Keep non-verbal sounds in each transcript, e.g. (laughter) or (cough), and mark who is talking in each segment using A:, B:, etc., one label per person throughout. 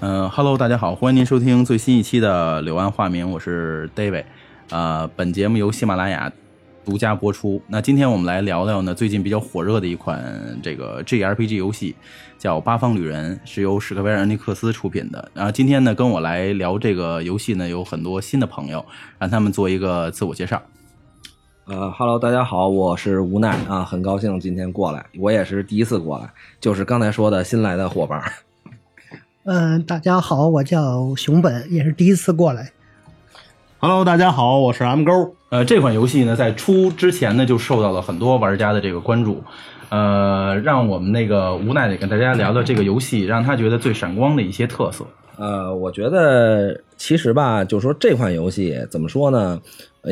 A: 呃，Hello，大家好，欢迎您收听最新一期的《柳暗花明》，我是 David。呃，本节目由喜马拉雅独家播出。那今天我们来聊聊呢，最近比较火热的一款这个 JRPG 游戏，叫《八方旅人》，是由史克威尔恩尼克斯出品的。然后今天呢，跟我来聊这个游戏呢，有很多新的朋友，让他们做一个自我介绍。
B: 呃哈喽，大家好，我是无奈啊，很高兴今天过来，我也是第一次过来，就是刚才说的新来的伙伴儿。
C: 嗯，大家好，我叫熊本，也是第一次过来。
D: Hello，大家好，我是 M 勾。
A: 呃，这款游戏呢，在出之前呢，就受到了很多玩家的这个关注。呃，让我们那个无奈的跟大家聊聊这个游戏，让他觉得最闪光的一些特色。
B: 呃，我觉得其实吧，就说这款游戏怎么说呢？呃，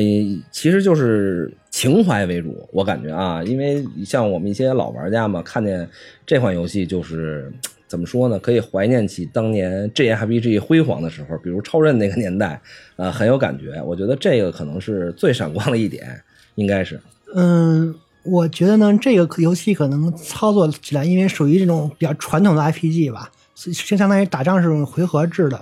B: 其实就是情怀为主，我感觉啊，因为像我们一些老玩家嘛，看见这款游戏就是怎么说呢？可以怀念起当年 JRPG 辉煌的时候，比如超任那个年代，呃，很有感觉。我觉得这个可能是最闪光的一点，应该是。
C: 嗯，我觉得呢，这个游戏可能操作起来，因为属于这种比较传统的 RPG 吧，所以就相当于打仗是种回合制的，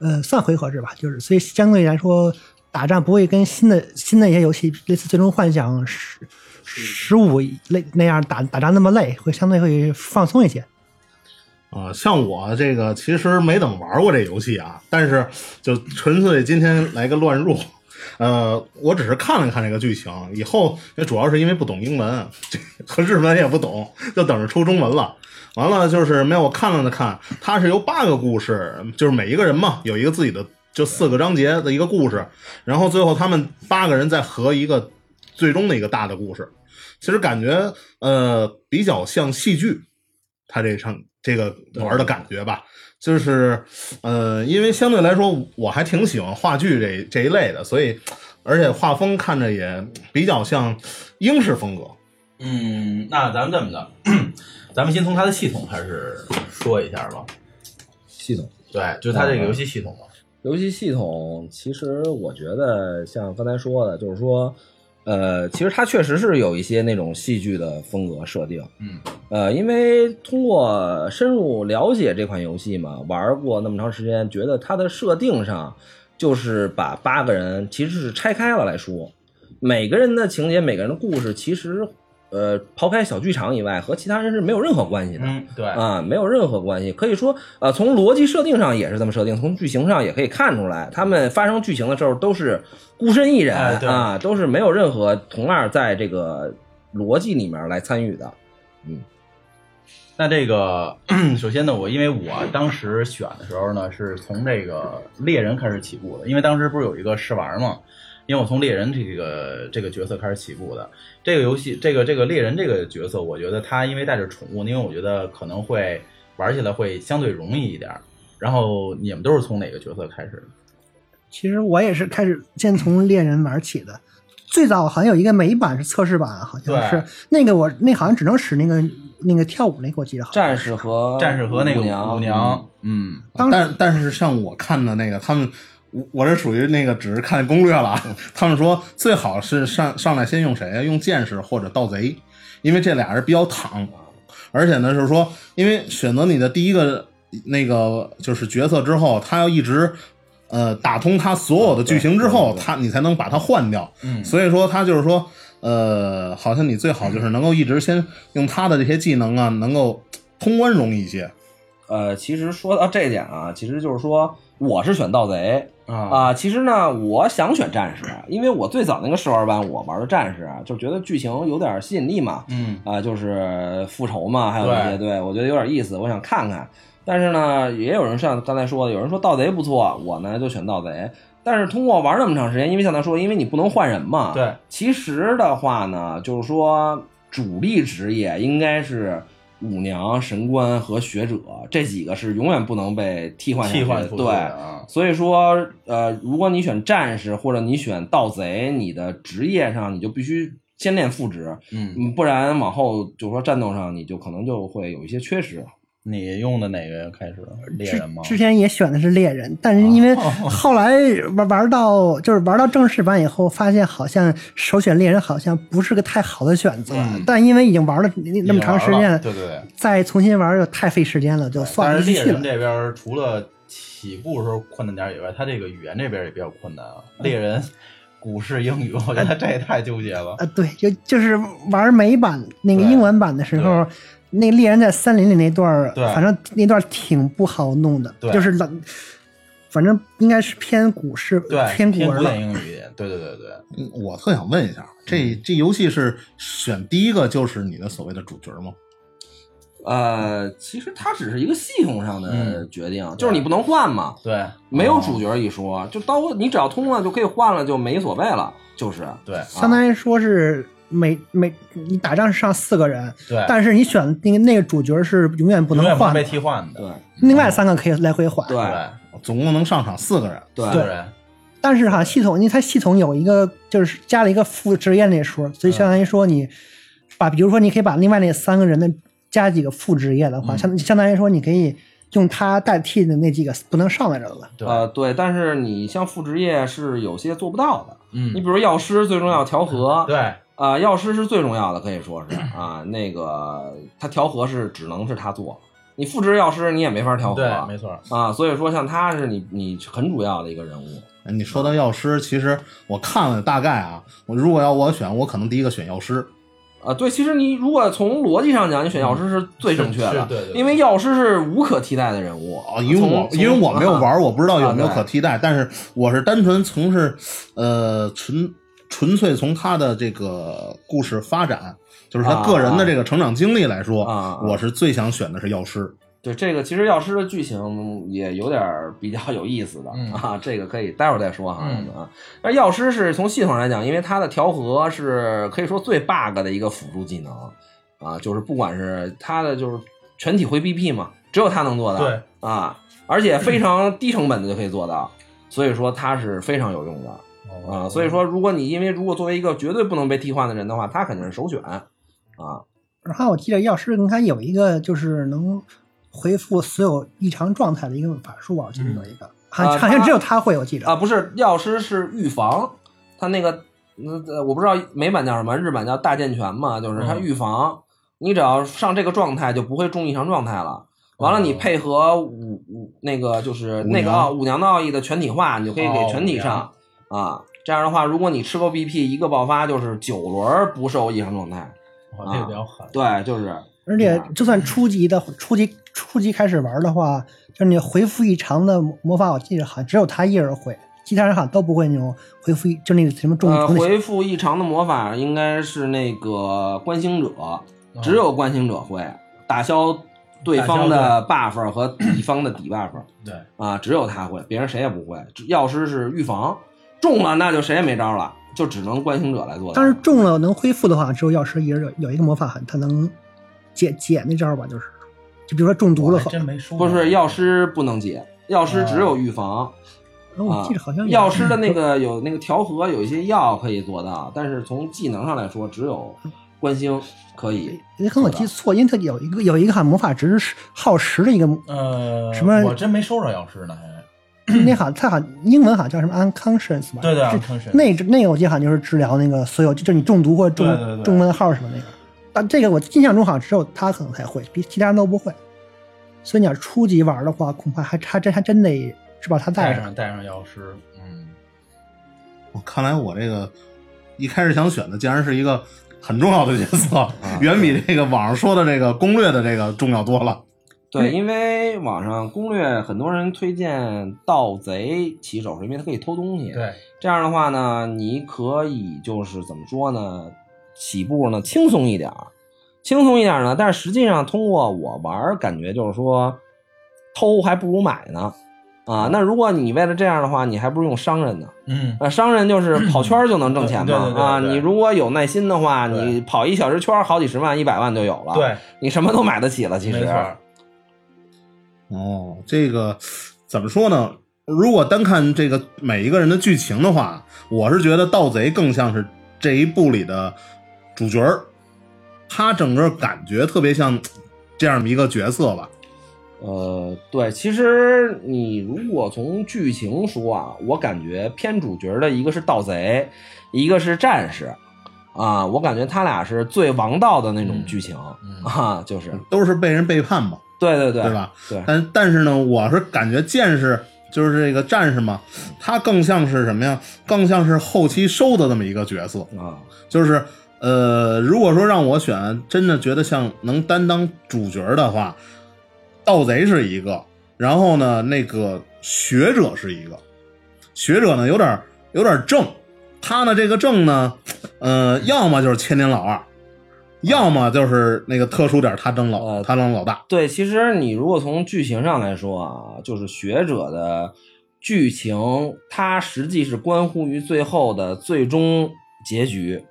C: 呃，算回合制吧，就是所以相对来说，打仗不会跟新的新的一些游戏，类似《最终幻想十十五》类那样打打仗那么累，会相对会放松一些。
D: 啊、像我这个其实没怎么玩过这游戏啊，但是就纯粹今天来个乱入。呃，我只是看了看这个剧情，以后也主要是因为不懂英文， (laughs) 这和日文也不懂，就等着出中文了。完了就是没有我看了看，它是由八个故事，就是每一个人嘛有一个自己的，就四个章节的一个故事，然后最后他们八个人再合一个最终的一个大的故事。其实感觉呃比较像戏剧，他这场这个玩的感觉吧，就是呃，因为相对来说我还挺喜欢话剧这这一类的，所以而且画风看着也比较像英式风格。
A: 嗯，那咱们这么的， (clears throat) 咱们先从它的系统开始说一下吧。
B: 系统
A: 对，就是它这个游戏系统嘛。
B: 游戏系统，其实我觉得像刚才说的，就是说，呃，其实它确实是有一些那种戏剧的风格设定，
A: 嗯，
B: 呃，因为通过深入了解这款游戏嘛，玩过那么长时间，觉得它的设定上就是把八个人其实是拆开了来说，每个人的情节、每个人的故事，其实，呃，刨开小剧场以外，和其他人是没有任何关系的，
A: 嗯，对，
B: 啊，没有任何关系。可以说，呃，从逻辑设定上也是这么设定，从剧情上也可以看出来，他们发生剧情的时候都是孤身一人、
A: 哎对
B: 啊，都是没有任何同伴在这个逻辑里面来参与的。
A: 那这个 (clears throat) 首先呢，我因为我当时选的时候呢，是从这个猎人开始起步的，因为当时不是有一个试玩嘛，因为我从猎人这个这个角色开始起步的。这个游戏，这个这个猎人这个角色，我觉得他因为带着宠物，因为我觉得可能会玩起来会相对容易一点儿。然后你们都是从哪个角色开始的？
C: 其实我也是开始先从猎人玩起的，最早好像有一个美版是测试版，好像是
A: 对
C: 那个我那好像只能使那个那个跳舞那个，我记得好像
B: 战士和
A: 战士和那个
B: 呃舞娘，
A: 舞娘，嗯，
C: 当
D: 啊但但是像我看的那个，他们我我这属于那个只是看攻略了啊。 (laughs) 他们说最好是上上来先用谁啊？用剑士或者盗贼，因为这俩人比较躺。而且呢，就是说，因为选择你的第一个那个就是角色之后，他要一直呃打通他所有的剧情之后，他你才能把他换掉。
A: 嗯
D: 所以说他就是说，呃，好像你最好就是能够一直先用他的这些技能啊，能够通关容易一些。
B: 呃，其实说到这点啊，其实就是说我是选盗贼，
A: 啊
B: 啊、其实呢，我想选战士，啊因为我最早那个试玩版我玩的战士啊，就觉得剧情有点吸引力嘛，
A: 嗯
B: 啊、就是复仇嘛，还有那些，对我觉得有点意思，我想看看。但是呢，也有人像刚才说的，有人说盗贼不错，我呢就选盗贼。但是通过玩那么长时间，因为像他说，因为你不能换人嘛，
A: 对。
B: 其实的话呢，就是说主力职业应该是舞娘、神官和学者这几个是永远不能被替换下去
A: 替
B: 的
A: 换出去
B: 对，
A: 的啊，
B: 所以说，呃，如果你选战士或者你选盗贼，你的职业上你就必须先练副职，
A: 嗯，
B: 嗯，不然往后就说战斗上你就可能就会有一些缺失。
A: 你用的哪个开始？猎人吗？哦
C: 之前也选的是猎人，但是因为后来玩玩到就是玩到正式版以后，发现好像首选猎人好像不是个太好的选择。
A: 嗯
C: 但因为已经玩了那么长时
A: 已经玩
C: 间
A: 了，对对对。
C: 再重新玩又太费时间了，就算
A: 但
C: 不
A: 是
C: 进
A: 猎
C: 去了
A: 人。这边儿除了起步的时候困难点儿以外，它这个语言这边也比较困难啊。
C: 嗯
A: 猎人、古式英语，我觉得这也太纠结了。
C: 啊，对，就就是玩美版那个
A: 对
C: 英文版的时候，那猎人在森林里那段儿，
A: 对
C: 反正那段儿挺不好弄的，
A: 对
C: 就是老，反正应该是偏古式，
A: 对，
C: 偏
A: 偏
C: 古
A: 古
C: 文了
A: 典。英语，对对对对，
D: 嗯我特想问一下，这
B: 嗯
D: 这游戏是选第一个就是你的所谓的主角吗？
B: 呃，其实它只是一个系统上的
A: 嗯
B: 决定，就是你不能换嘛，
A: 对
B: 没有主角一说，就刀你只要通了就可以换了，就没所谓了，就是。
A: 对
C: 相当于说是每每你打仗是上四个人，
A: 对，
C: 但是你选那个那个主角是永远不
A: 永
C: 能
A: 远不
C: 换
A: 被
C: 的，
A: 替换的。
B: 对
C: 另外三个可以来回换。
B: 对
D: 总共能上场四个人，
B: 对
A: 四个人，
C: 但是哈，系统因为它系统有一个就是加了一个副职业那说，所以相当于说你把，比如说你可以把另外那三个人的加几个副职业的话，
A: 嗯
C: 相相当于说你可以用它代替的那几个不能上的人了。
A: 对，
B: 呃对，但是你像副职业是有些做不到的，你
A: 嗯，
B: 比如药师最重要调和，
A: 对
B: 啊、药师是最重要的，可以说是啊，那个他调和是只能是他做，你复制药师你也没法调和
A: 对，没错，
B: 啊，所以说像他是你你很主要的一个人物，
D: 哎你说
B: 啊
D: 到药师，其实我看了大概啊，我如果要我选，我可能第一个选药师。
B: 啊，对，其实你如果从逻辑上讲，你选药师是最正确
A: 是
B: 的，
A: 是对对对
B: 因为药师是无可替代的人物
D: 哦，因为我
B: 从
D: 因为我没有玩，我不知道有没有
B: 啊
D: 可替代，但是我是单纯从事，呃，纯纯粹从他的这个故事发展，就是他个人的这个成长经历来说，
B: 啊啊啊啊
D: 我是最想选的是药师。
B: 对这个，其实药师的剧情也有点儿比较有意思的、
A: 嗯
B: 啊，这个可以待会儿再说哈。
A: 嗯
B: 啊，那药师是从系统上来讲，因为它的调和是可以说最 bug 的一个辅助技能啊，就是不管是它的就是全体回 BP 嘛，只有它能做到，
A: 对
B: 啊，而且非常低成本的就可以做到，所以说它是非常有用的啊。所以说，如果你因为如果作为一个绝对不能被替换的人的话，他肯定是首选啊。
C: 然后我记得药师应该有一个就是能恢复所有异常状态的一个法术啊吧，我记得有一个，好
B: 啊
C: 像好像
B: 它
C: 只有他会，我记
B: 啊，
C: 得。
B: 不是药师是预防，他那个那呃我不知道美版叫什么，日版叫大健全嘛，就是他
A: 嗯
B: 预防，你只要上这个状态就不会中异常状态了。完了，你配合五五那个就是
D: 五
B: 那个
D: 娘
B: 奥五娘的奥义的全体化，你就可以
A: 哦
B: 给全体上啊。这样的话，如果你吃够 BP 一个爆发，就是九轮儿不受异常状态。
A: 哇，这个比较狠，
B: 对，就是
C: 而且
A: 啊
C: 就算初级的初级初级开始玩的话，就是你回复异常的魔法，我记得好像只有他一人会，其他人好像都不会那种回复异，就那个什么重
B: 呃，
C: 重的
B: 回复异常的魔法应该是那个观星者，啊只有观星者会打消对方的 buff 和敌方的底 buff
A: 对，
B: 啊，只有他会，别人谁也不会。只药师是预防，中了那就谁也没招了，就只能观星者来做到。
C: 但是中了能恢复的话，只有药师一人有有一个魔法，它能解解那招吧，就是，就比如说中毒
A: 我
C: 了
A: 还
C: 后，
A: 真没说
B: 不是药师不能解，药师只有预防。
C: 然后哦我记得好像
B: 啊、
C: 有
B: 药师的那个有那个调和，有一些药可以做到，但是从技能上来说，只有观星可以。
C: 也可能我记错，因为它有一个有一个好像魔法值是耗时的一个，
A: 呃，
C: 什么
A: 我真没收着药师呢，还
C: (clears throat) 那好像它好像英文好像叫什么 unconscious 吧？
A: 对对
C: 是
A: unconscious
C: 那那个我记得好像就是治疗那个所有，就就你中毒或者中
A: 对对对
C: 中问号什么那个。但这个我印象中好像只有他可能才会，比其他人都不会。所以你要初级玩的话，恐怕还还真还真得是把他带
A: 带
C: 上。
A: 上带上药师，嗯，
D: 我看来我这个一开始想选的，竟然是一个很重要的角色，远比这个网上说的这个攻略的这个重要多了。
B: 对，因为网上攻略很多人推荐盗贼骑手，是因为他可以偷东西。，
A: 对，
B: 这样的话呢，你可以就是怎么说呢，起步呢轻松一点儿，轻松一点儿呢。但是实际上，通过我玩儿，感觉就是说，偷还不如买呢。啊，那如果你为了这样的话，你还不如用商人呢。
A: 嗯，
B: 啊，商人就是跑圈儿就能挣钱嘛。
A: 对对对对
B: 啊，
A: 对
B: 你如果有耐心的话，
A: 对
B: 你跑一小时圈儿，好几十万、一百万就有了。，
A: 对，
B: 你什么都买得起了，其实。
A: 没错，
D: 哦，这个怎么说呢？如果单看这个每一个人的剧情的话，我是觉得盗贼更像是这一部里的主角儿，他整个感觉特别像这样一个角色吧。
B: 呃，对，其实你如果从剧情说啊，我感觉偏主角的一个是盗贼，一个是战士，啊，我感觉他俩是最王道的那种剧情、
A: 嗯嗯
B: 啊，就是
D: 都是被人背叛嘛。
B: 对对对，
D: 对吧？
B: 对，
D: 但但是呢，我是感觉剑士就是这个战士嘛，他更像是什么呀？更像是后期收的这么一个角色，
B: 啊，
D: 就是呃，如果说让我选，真的觉得像能担当主角的话，盗贼是一个，然后呢，那个学者是一个，学者呢有点有点正，他呢这个正呢，呃，要么就是千年老二。要么就是那个特殊点，他当老、
B: 呃
D: 他当老大，
B: 对，其实你如果从剧情上来说啊，就是学者的剧情，它实际是关乎于最后的最终结局，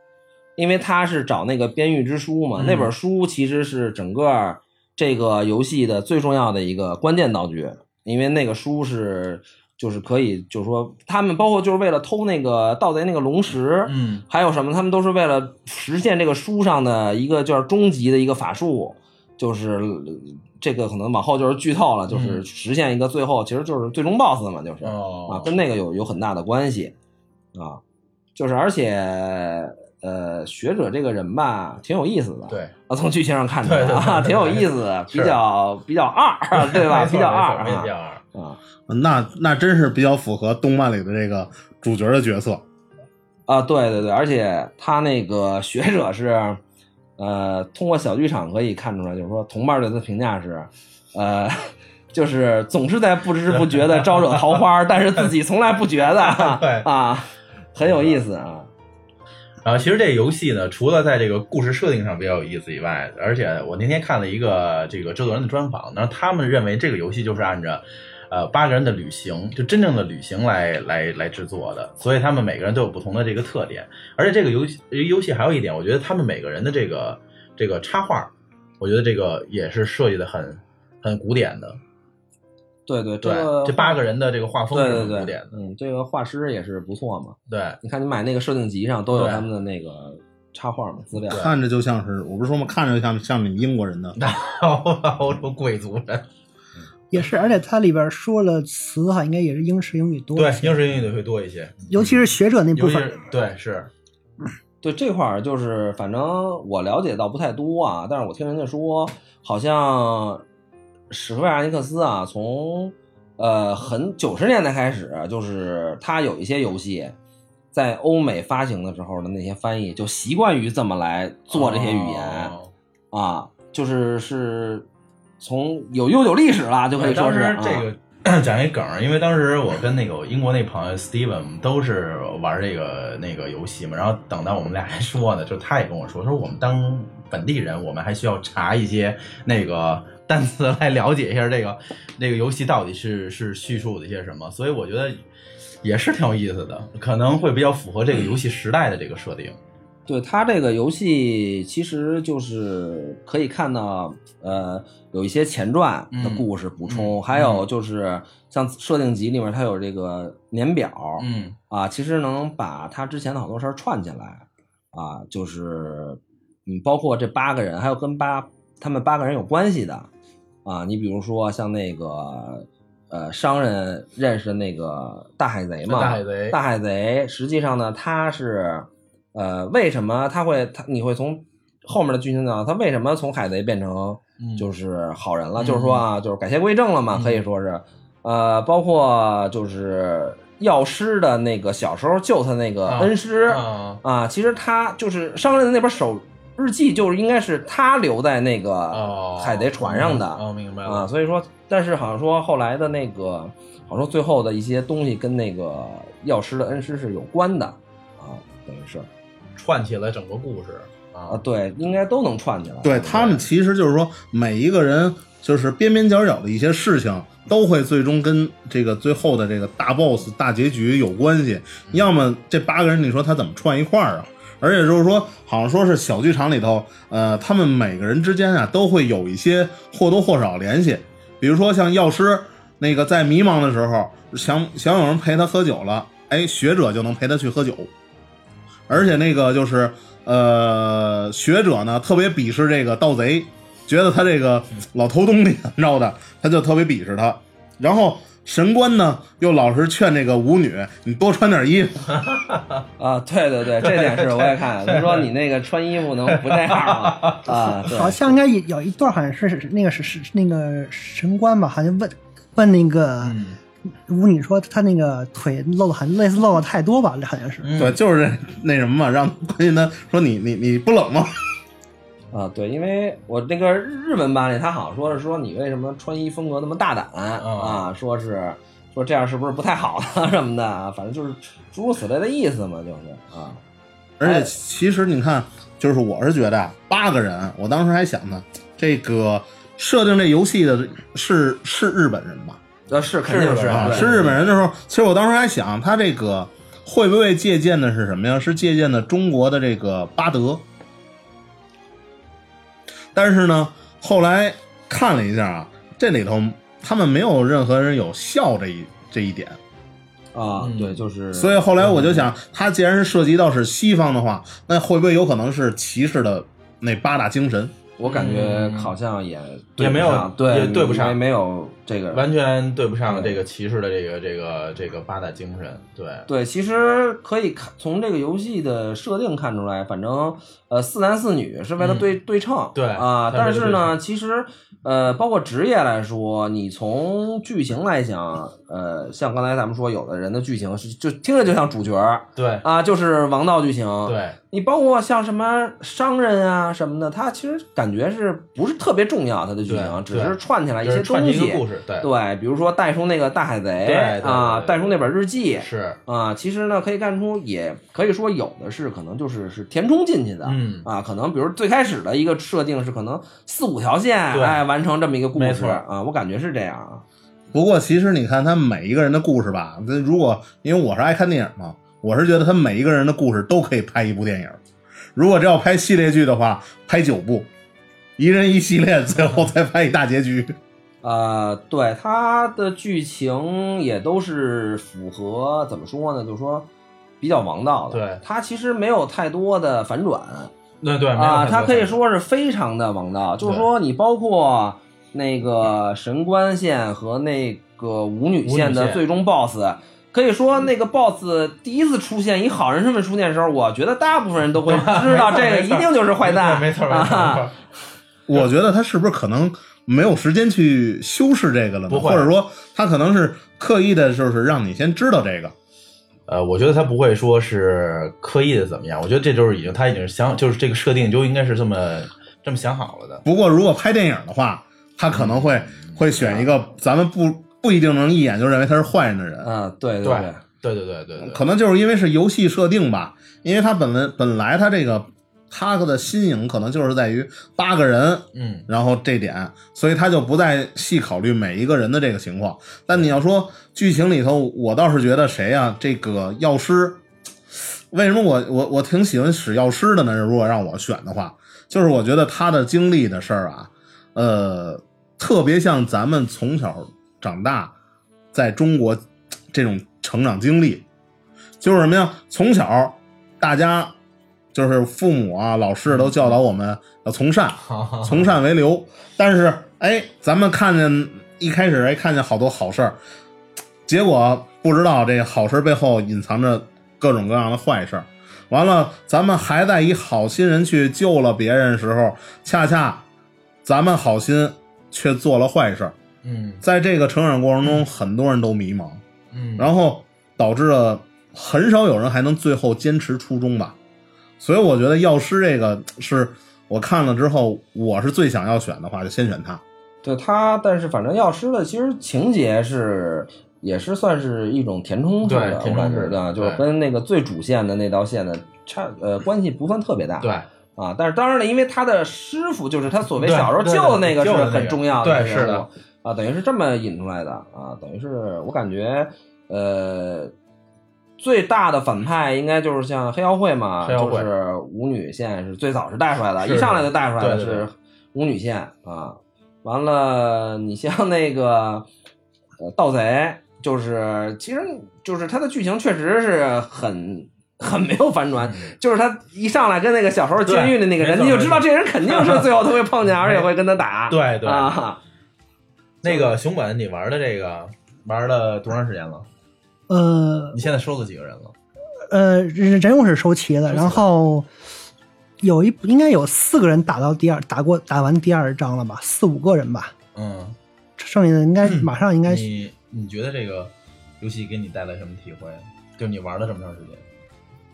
B: 因为他是找那个编狱之书嘛，
A: 嗯
B: 那本书其实是整个这个游戏的最重要的一个关键道具，因为那个书是。就是可以，就是说，他们包括就是为了偷那个盗贼那个龙石，
A: 嗯，
B: 还有什么？他们都是为了实现这个书上的一个就是终极的一个法术，就是呃这个可能往后就是剧透了，就是
A: 嗯
B: 实现一个最后其实就是最终 BOSS 嘛，就是啊
A: 哦，，
B: 跟那个有有很大的关系啊，就是而且呃，学者这个人吧，挺有意思的，
A: 对，
B: 啊，从剧情上看出来
A: 对对对
B: 啊，
A: 对
B: 挺有意思的，比较比较二， (laughs) (laughs) 对吧？
A: 没错
B: 比较二
A: 没错比较
B: 啊
A: 二，
B: 啊
D: 那那真是比较符合动漫里的这个主角的角色。
B: 啊，对对对，而且他那个学者是，呃，通过小剧场可以看出来，就是说同伴对他评价是，呃， (laughs) 就是总是在不知不觉的招惹桃花，但是自己从来不觉得，
A: 对
B: 啊，很有意思啊，
A: 然后其实这个游戏呢，除了在这个故事设定上比较有意思以外，而且我那天看了一个这个制作人的专访，然后他们认为这个游戏就是按照。呃，八个人的旅行，就真正的旅行来来来制作的，所以他们每个人都有不同的这个特点。而且这个游戏游戏还有一点，我觉得他们每个人的这个这个插画，我觉得这个也是设计的很很古典的。
B: 对对，
A: 对，
B: 个
A: 这八个人的这个画风
B: 对
A: 是
B: 对
A: 很古
B: 对
A: 典的。，
B: 嗯，这个画师也是不错嘛，
A: 对，
B: 你看你买那个设定集上都有
A: 对
B: 他们的那个插画嘛资料，
D: 看着就像是，我不是说嘛，看着像像你们英国人的，
A: 欧洲贵族人，
C: 也是，而且它里边说了词哈，应该也是英式英语多，
A: 对，英式英语的会多一些，
C: 尤其是学者那
A: 尤
C: 部
A: 其
C: 分
A: 是，对是，
B: 对这块儿，就是反正我了解到不太多啊，但是我听人家说，好像史克威尔艾尼克斯啊，从呃很九十年代开始，就是他有一些游戏在欧美发行的时候的那些翻译，就习惯于这么来做这些语言、
A: 哦
B: 啊，就是是从有悠久历史了，就可以
A: 对，
B: 说
A: 哎当
B: 是
A: 时
B: 啊
A: 这个。 (coughs) 讲一梗儿，因为当时我跟那个我英国那朋友 Steven 我们都是玩这个那个游戏嘛，然后等到我们俩还说呢，就他也跟我说，说我们当本地人，我们还需要查一些那个单词来了解一下这个那个游戏到底是是叙述的一些什么，所以我觉得也是挺有意思的，可能会比较符合这个游戏时代的这个设定。
B: 对它这个游戏，其实就是可以看到，呃，有一些前传的故事补
A: 嗯
B: 充，
A: 嗯
B: 还有就是像设定集里面它有这个年表、
A: 嗯，
B: 啊，其实能把它之前的好多事儿串起来啊，就是嗯，包括这八个人，还有跟八他们八个人有关系的啊，你比如说像那个呃商人认识的那个大海贼嘛，
A: 大海贼
B: 大海贼实际上呢，他是呃为什么他会他你会从后面的剧情讲他为什么从海贼变成
A: 嗯
B: 就是好人了，
A: 嗯
B: 就是说啊，就是改邪归正了嘛，
A: 嗯
B: 可以说是，呃，包括就是药师的那个小时候救他那个
A: 啊
B: 恩师
A: 啊
B: 啊，其实他就是商人的那本手日记，就是应该是他留在那
A: 哦
B: 个，海贼船上的
A: 哦，明白
B: 啊，
A: 了。
B: 所以说，但是好像说后来的那个，好像说最后的一些东西跟那个药师的恩师是有关的啊，等于是
A: 串起了整个故事
B: 啊，
A: 啊，
B: 对，应该都能串起来，
D: 对他们其实就是说每一个人就是边边角角的一些事情，都会最终跟这个最后的这个大 boss 大结局有关系。要么这八个人，你说他怎么串一块儿啊？而且就是说，好像说是小剧场里头，呃，他们每个人之间啊都会有一些或多或少联系。比如说像药师那个在迷茫的时候，想想有人陪他喝酒了，哎，学者就能陪他去喝酒。而且那个就是呃，学者呢特别鄙视这个盗贼，觉得他这个老偷东西怎么着的，他就特别鄙视他。然后神官呢又老是劝这个舞女，你多穿点衣服。
B: 啊，对对
A: (laughs)
B: 对，这点是我也看。他说你那个穿衣服能不那样
A: (laughs)
B: 吗？啊，对
C: 好像应该有有一段，好像是是那个是是那个神官吧，好像问问那个
A: 嗯
C: 舞女说他那个腿露的很类似露的太多吧，好像是。
A: 嗯
D: 对，就是这那什么嘛，让关键他说你你你不冷吗？
B: 啊，对，因为我那个日文版里，他好像说是说你为什么穿衣风格那么大胆
A: 嗯
B: 啊？说是说这样是不是不太好啊 (laughs) 什么的啊？反正就是诸如此类的意思嘛，就是啊，
D: 而
B: 哎
D: 且其实你看，就是我是觉得啊，八个人，我当时还想呢，这个设定这游戏的是是日本人吧？
B: 呃是肯定
A: 是
B: 啊
D: 啊，
A: 对
D: 是日本人的时候，其实我当时还想，他这个会不会借鉴的是什么呀？是借鉴的中国的这个巴德。但是呢，后来看了一下啊，这里头他们没有任何人有笑这一这一点，
B: 啊，
A: 嗯
B: 对，就是
D: 所以后来我就想，他既然涉及到是西方的话，那会不会有可能是骑士的那八大精神？
B: 我感觉
A: 嗯
B: 好像也对
A: 也
B: 不
A: 没有
B: 上对
A: 也对不上
B: 没没有这个
A: 完全对不上这个骑士的这个这个这个八大精神，对，
B: 对，其实可以看从这个游戏的设定看出来，反正呃四男四女是为了对、对称，
A: 嗯对
B: 啊、
A: 它
B: 但
A: 是
B: 是
A: 对
B: 呢，其实呃包括职业来说，你从剧情来讲，呃像刚才咱们说，有的人的剧情是就听着就像主角儿
A: 对
B: 啊，就是王道剧情，
A: 对，
B: 你包括像什么商人啊什么的，他其实感觉是不是特别重要，他的剧情
A: 对
B: 只是
A: 对
B: 串啊起来一
A: 就
B: 些
A: 是串
B: 东
A: 起一
B: 西
A: 个。故事，对，
B: 对，比如说带出那个大海
A: 对
B: 贼
A: 对对
B: 啊，
A: 对
B: 带出那本日记，
A: 是，
B: 啊，其实呢，可以看出，也可以说有的是可能就是是填充进去的，
A: 嗯
B: 啊，可能比如最开始的一个设定是可能四五条线，
A: 对
B: 哎，完成这么一个故
A: 没
B: 事
A: 错
B: 啊，我感觉是这样啊，
D: 不过其实你看他们每一个人的故事吧，那如果因为我是爱看电影嘛，我是觉得他每一个人的故事都可以拍一部电影。如果这要拍系列剧的话，拍九部，一人一系列，最后再拍一大结局。
B: 呃，对，它的剧情也都是符合怎么说呢，就是说比较王道的，
A: 对
B: 它其实没有太多的反转，
A: 对对
B: 啊，他可以，说是非常的王道，就是说你包括那个神官线和那个舞女线
A: 舞女
B: 的
A: 线
B: 最终 BOSS，可以说那个 BOSS 第一次出现以好人身份出现的时候，我觉得大部分
A: (laughs)
B: 人都会知道这个一定就是坏蛋，
A: 没错没错没错没
B: 啊
A: 错，，
D: 我觉得他是不是可能没有时间去修饰这个了呢？
A: 不会
D: 或者说他可能是刻意的，就是让你先知道这个。
A: 呃，我觉得他不会说是刻意的怎么样，我觉得这就是已经他已经想，就是这个设定就应该是这么这么想好了的。
D: 不过如果拍电影的话，他可能会会选一个咱们不不一定能一眼就认为他是坏人的
B: (laughs)
D: 人。
B: 嗯，对对
A: 对
B: 对，
A: 对对对对对，
D: 可能就是因为是游戏设定吧，因为它本来本来它这个它的新颖可能就是在于八个人，
A: 嗯， (laughs)
D: 然后这点，所以他就不再细考虑每一个人的这个情况。但你要说剧情里头，我倒是觉得谁呀、这个药师，为什么我我我挺喜欢使药师的呢？如果让我选的话，就是我觉得他的经历的事儿啊，呃，特别像咱们从小长大在中国这种成长经历，就是什么呀？从小大家就是父母啊、老师都教导我们要从善。
A: 好好
D: 从善为流。但是，哎，咱们看见一开始哎看见好多好事儿，结果不知道这好事儿背后隐藏着各种各样的坏事儿。完了，咱们还在以好心人去救了别人的时候，恰恰咱们好心却做了坏事儿。
A: 嗯
D: 在这个成长过程中，很多人都迷茫，
A: 嗯，
D: 然后导致了很少有人还能最后坚持初衷吧。所以我觉得药师这个是我看了之后，我是最想要选的话，就先选他。
B: 对他，但是反正药师的其实情节是。也是算是一种填充式
A: 对
B: 的，
A: 填
B: 我
A: 充
B: 感
A: 式
B: 觉
A: 的
B: 的，就是
A: 对
B: 跟那个最主线的那条线的差呃关系不算特别大。
A: 对
B: 啊，但是当然了，因为他的师傅就是他所谓小时候
A: 对对
B: 救的那个
A: 对救
B: 是
A: 的那个
B: 很重要的
A: 对
B: 人物
A: 是的
B: 啊，等于是这么引出来的啊，等于是我感觉呃最大的反派应该就是像黑妖会嘛，
A: 黑妖会
B: 就是舞女线是最早是带出来的，
A: 是
B: 一上来就带出来的
A: 对对对
B: 是舞女线啊，完了你像那个呃盗贼，就是其实就是他的剧情确实是很很没有反转，就是他一上来跟那个小时候监狱的那个人，
A: 嗯对
B: 你
A: 没错
B: 就知道这人肯定是最后他会碰见，而且会跟他打。
A: 对对，
B: 啊，
A: 那个熊本你玩的这个玩了多长时间了？
C: 呃
A: 你现在收了几个人了？
C: 呃，人人物是收齐的，然后有一应该有四个人打到第二，打过打完第二章了吧，四五个人吧，
A: 嗯，
C: 剩下的应该马上应该
A: 你你觉得这个游戏给你带来什么体会？就你玩了这么长时间，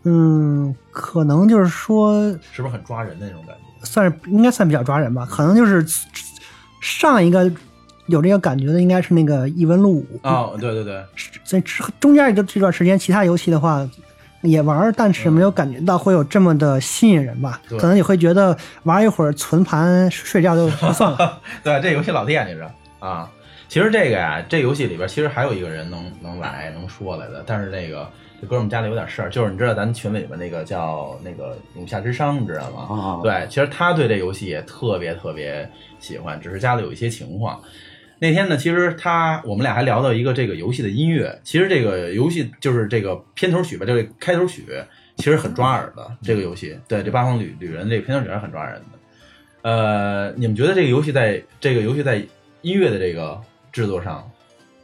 C: 嗯，可能就是说
A: 是不是很抓人的那种感觉？
C: 算是应该算比较抓人吧，可能就是上一个有这个感觉的应该是那个异闻录五
A: (laughs) 哦，对对对，
C: 在之中间这这段时间，其他游戏的话也玩儿，但是没有感觉到会有这么的吸引人吧？
A: 嗯对
C: 可能也会觉得玩一会儿存盘睡觉就
A: (laughs)
C: 算了。
A: 对，这游戏老惦记着啊。其实这个呀、这游戏里边其实还有一个人能能来能说来的，但是那个这哥们家里有点事儿，就是你知道咱们群里边那个叫那个永夏之殇，你知道吗？
C: 哦
D: 啊，
A: 哦对，其实他对这游戏也特别特别喜欢，只是家里有一些情况。那天呢，其实他我们俩还聊到一个这个游戏的音乐，其实这个游戏就是这个片头曲吧，就是开头曲，其实很抓耳的。这个游戏，对这八方旅旅人这个片头曲还是很抓人的。呃，你们觉得这个游戏在这个游戏在音乐的这个制作上，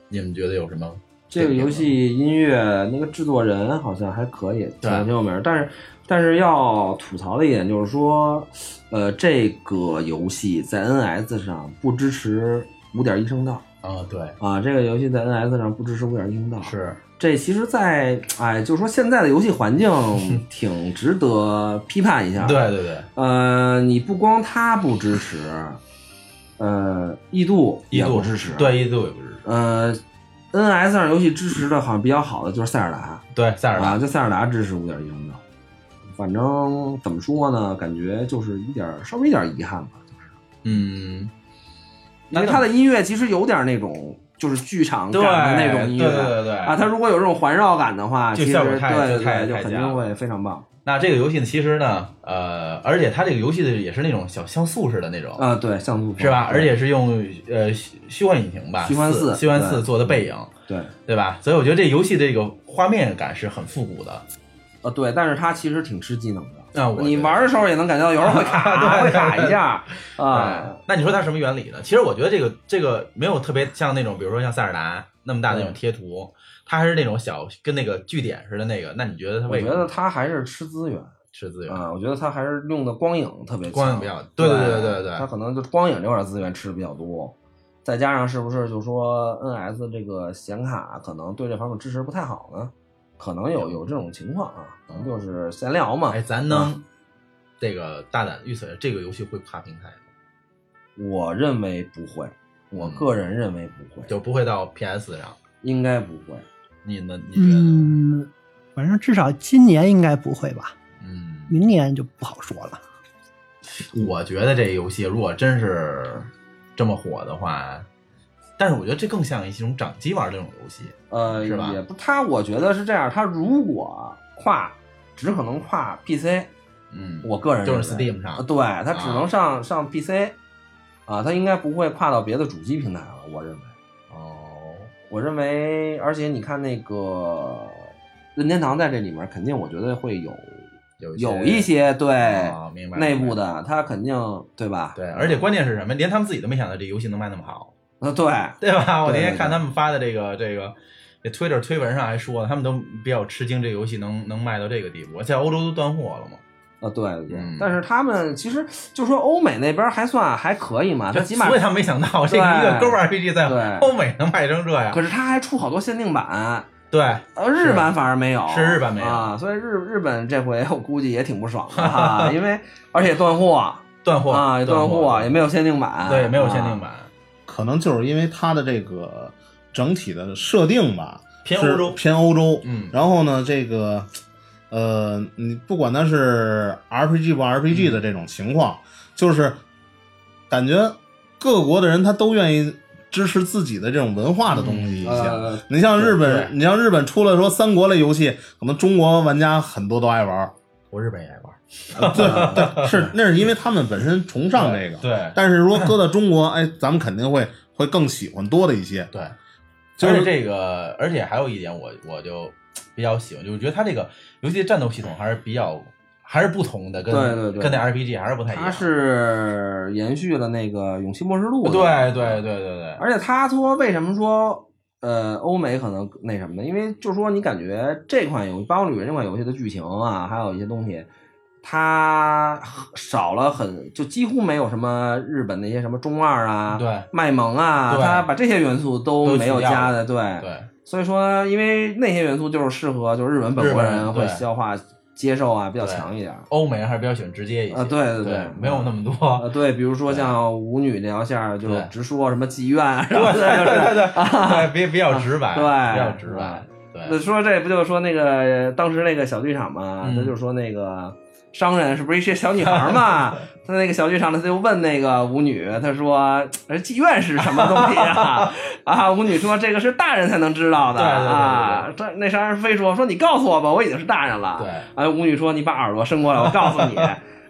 A: 你们觉得有什么？
B: 这个游戏音乐那个制作人好像还可以，
A: 对
B: 挺挺有名儿。但是但是要吐槽的一点就是说，呃，这个游戏在 NS 上不支持五点一声道
A: 啊，对，
B: 啊，这个游戏在 NS 上不支持五点一声道。
A: 是
B: 这其实在，哎，就是说现在的游戏环境 (laughs) 挺值得批判一下。
A: 对，对对，
B: 呃，你不光它不支持，呃，异度
A: 一
B: 也
A: 度
B: 不支持。，
A: 对一度也不支持，
B: 呃，NS 上游戏支持的好像比较好的就是塞尔达。
A: 对塞尔
B: 啊，
A: 达，
B: 就塞尔达支持五点一声道。反正怎么说呢，感觉就是一点稍微有点遗憾吧，就是
A: 嗯，
B: 因为它的音乐其实有点那种就是剧场
A: 对
B: 感的那种音乐
A: 对对对对
B: 啊，它如果有这种环绕感的话，
A: 就
B: 其实
A: 效果
B: 对
A: 太
B: 对
A: 就太
B: 对，就
A: 太
B: 肯
A: 佳
B: 定
A: 了
B: 会非常棒
A: 那这个游戏呢，其实呢，呃，而且它这个游戏的也是那种小像素似的那种，
B: 啊，对，像素
A: 哦是吧？
B: 对
A: 而且是用呃虚虚幻引擎吧，
B: 虚幻
A: 四
B: 四
A: 虚幻四
B: 对
A: 做的背影，
B: 对
A: 对吧？所以我觉得这游戏这个画面感是很复古的。
B: 呃对，但是它其实挺吃技能的。
A: 那我
B: 你
A: 觉得
B: 玩的时候也能感觉到有时候
A: (laughs)
B: 会卡，会卡一下啊
A: 对。，那你说它什么原理呢？其实我觉得这个这个没有特别像那种，比如说像塞尔达那么大的那种贴图，它还是那种小跟那个据点似的那个。那你觉得它
B: 我
A: 为
B: 觉
A: 什
B: 得
A: 么
B: 它还是吃资源
A: 是资源？
B: 啊，我觉得它还是用的光影特别强
A: 光影比较对对对对对对
B: 它可能就光影这块资源吃的比较多，再加上是不是就说 NS 这个显卡可能对这方面支持不太好呢？可能有有这种情况啊，咱们就是闲聊嘛。
A: 哎，咱能这个大胆预测这个游戏会跨平台吗，
B: 我认为不会，我
A: 嗯
B: 个人认为不会，
A: 就不会到 PS 上。
B: 应该不会。
A: 你呢？你觉得？呢？
C: 嗯，反正至少今年应该不会吧，
A: 嗯，
C: 明年就不好说了。
A: 我觉得这游戏如果真是这么火的话，但是我觉得这更像一种掌机玩这种游戏。
B: 呃，
A: 是吧
B: 也不，它我觉得是这样，它如果跨，只可能跨 PC，
A: 嗯，
B: 我个人
A: 就
B: 认
A: 是
B: 为
A: Steam
B: 啊
A: 上，
B: 对，它只能上、上 PC，啊，它应该不会跨到别的主机平台了，我认为。
A: 哦，
B: 我认为，而且你看那个任天堂在这里面，肯定我觉得会有
A: 有
B: 有一些对、
A: 啊，明白
B: 哎内部。
A: 明白
B: 的，它肯定对吧？
A: 对，而且关键是什么？连他们自己都没想到这游戏能卖那么好，
B: 呃对
A: 对吧？我那
B: 对
A: 天
B: 对
A: 看
B: 对
A: 他们发的这个这个这 Twitter 推文上还说呢，他们都比较吃惊，这游戏能能卖到这个地步，在欧洲都断货了嘛。
B: 啊对对对、
A: 嗯
B: 但是他们其实就说欧美那边还算还可以嘛，它起码
A: 所以他们没想到这个一个
B: 对
A: 哥们儿 RPG 在
B: 对
A: 欧美能卖成这样
B: 可。是它还出好多限定版。
A: 对，
B: 呃，日版反而没有，
A: 是日版没有
B: 啊，所以日日本这回我估计也挺不爽
A: (laughs)
B: 的、啊，因为而且断货
A: 断货
B: 啊，也断
A: 货
B: 货也没有限定版，
A: 对，没有限
B: 啊
A: 定版，
D: 可能就是因为它的这个整体的设定吧，
A: 偏欧洲
D: 是偏欧洲。
A: 嗯
D: 然后呢，这个呃，你不管它是 RPG 不
A: 嗯
D: RPG 的这种情况，就是感觉各国的人他都愿意支持自己的这种文化的东西一下。
B: 呃，
D: 你像日
A: 对
D: 本，你像日本出了说三国类游戏，可能中国玩家很多都爱玩儿。
A: 我日本也爱玩。
B: 呃
A: (laughs)
D: 对对，是那是因为他们本身崇尚这个。
A: 对
D: 但是如果搁到中国，哎，咱们肯定会会更喜欢多的一些。
A: 对，
D: 就
A: 而且
D: 是
A: 这个，而且还有一点我，我就比较喜欢，就是觉得它这个游戏的战斗系统还是比较还是不同的，跟
B: 对对对
A: 跟那 RPG 还是不太一样。
B: 它是延续了那个《勇气末世录》的，
A: 对对对对对，
B: 而且他说为什么说呃，欧美可能那什么的，因为就是说你感觉这款游《霸王旅人》这款游戏的剧情啊，还有一些东西，它少了很，就几乎没有什么日本那些什么中二啊、
A: 对
B: 卖萌啊，
A: 对
B: 它把这些元素都
A: 都
B: 没有
A: 取掉
B: 加
A: 了
B: 的，对。
A: 对，
B: 所以说，因为那些元素就是适合就是日本本
A: 日
B: 国
A: 本人
B: 人会
A: 对
B: 消化接受啊比较
A: 对
B: 强一点。
A: 欧美人还是比较喜欢直接一些。
B: 啊对对
A: 对
B: 对
A: 没有那么多。
B: 呃，对，比如说像舞女这条线儿，就
A: 对
B: 直说什么妓院啊，
A: (laughs)
B: 什
A: 对
B: 么
A: 对对
B: 的，
A: 对对，比比较直白，
B: 啊对啊
A: 比较直白，
B: 那
A: 对
B: 说这不就是说那个当时那个小剧场嘛，
A: 嗯
B: 他就说那个商人是不是一些小女孩
A: (laughs)
B: 嘛？他那个小剧场里他就问那个舞女，他说呃妓院是什么东西啊？ (laughs) 啊，舞女说这个是大人才能知道的
A: 对对对对对
B: 啊。这那商人非说说你告诉我吧，我已经是大人了。
A: 对。
B: 哎，舞女说你把耳朵伸过来，我告诉
A: (laughs)
B: 你。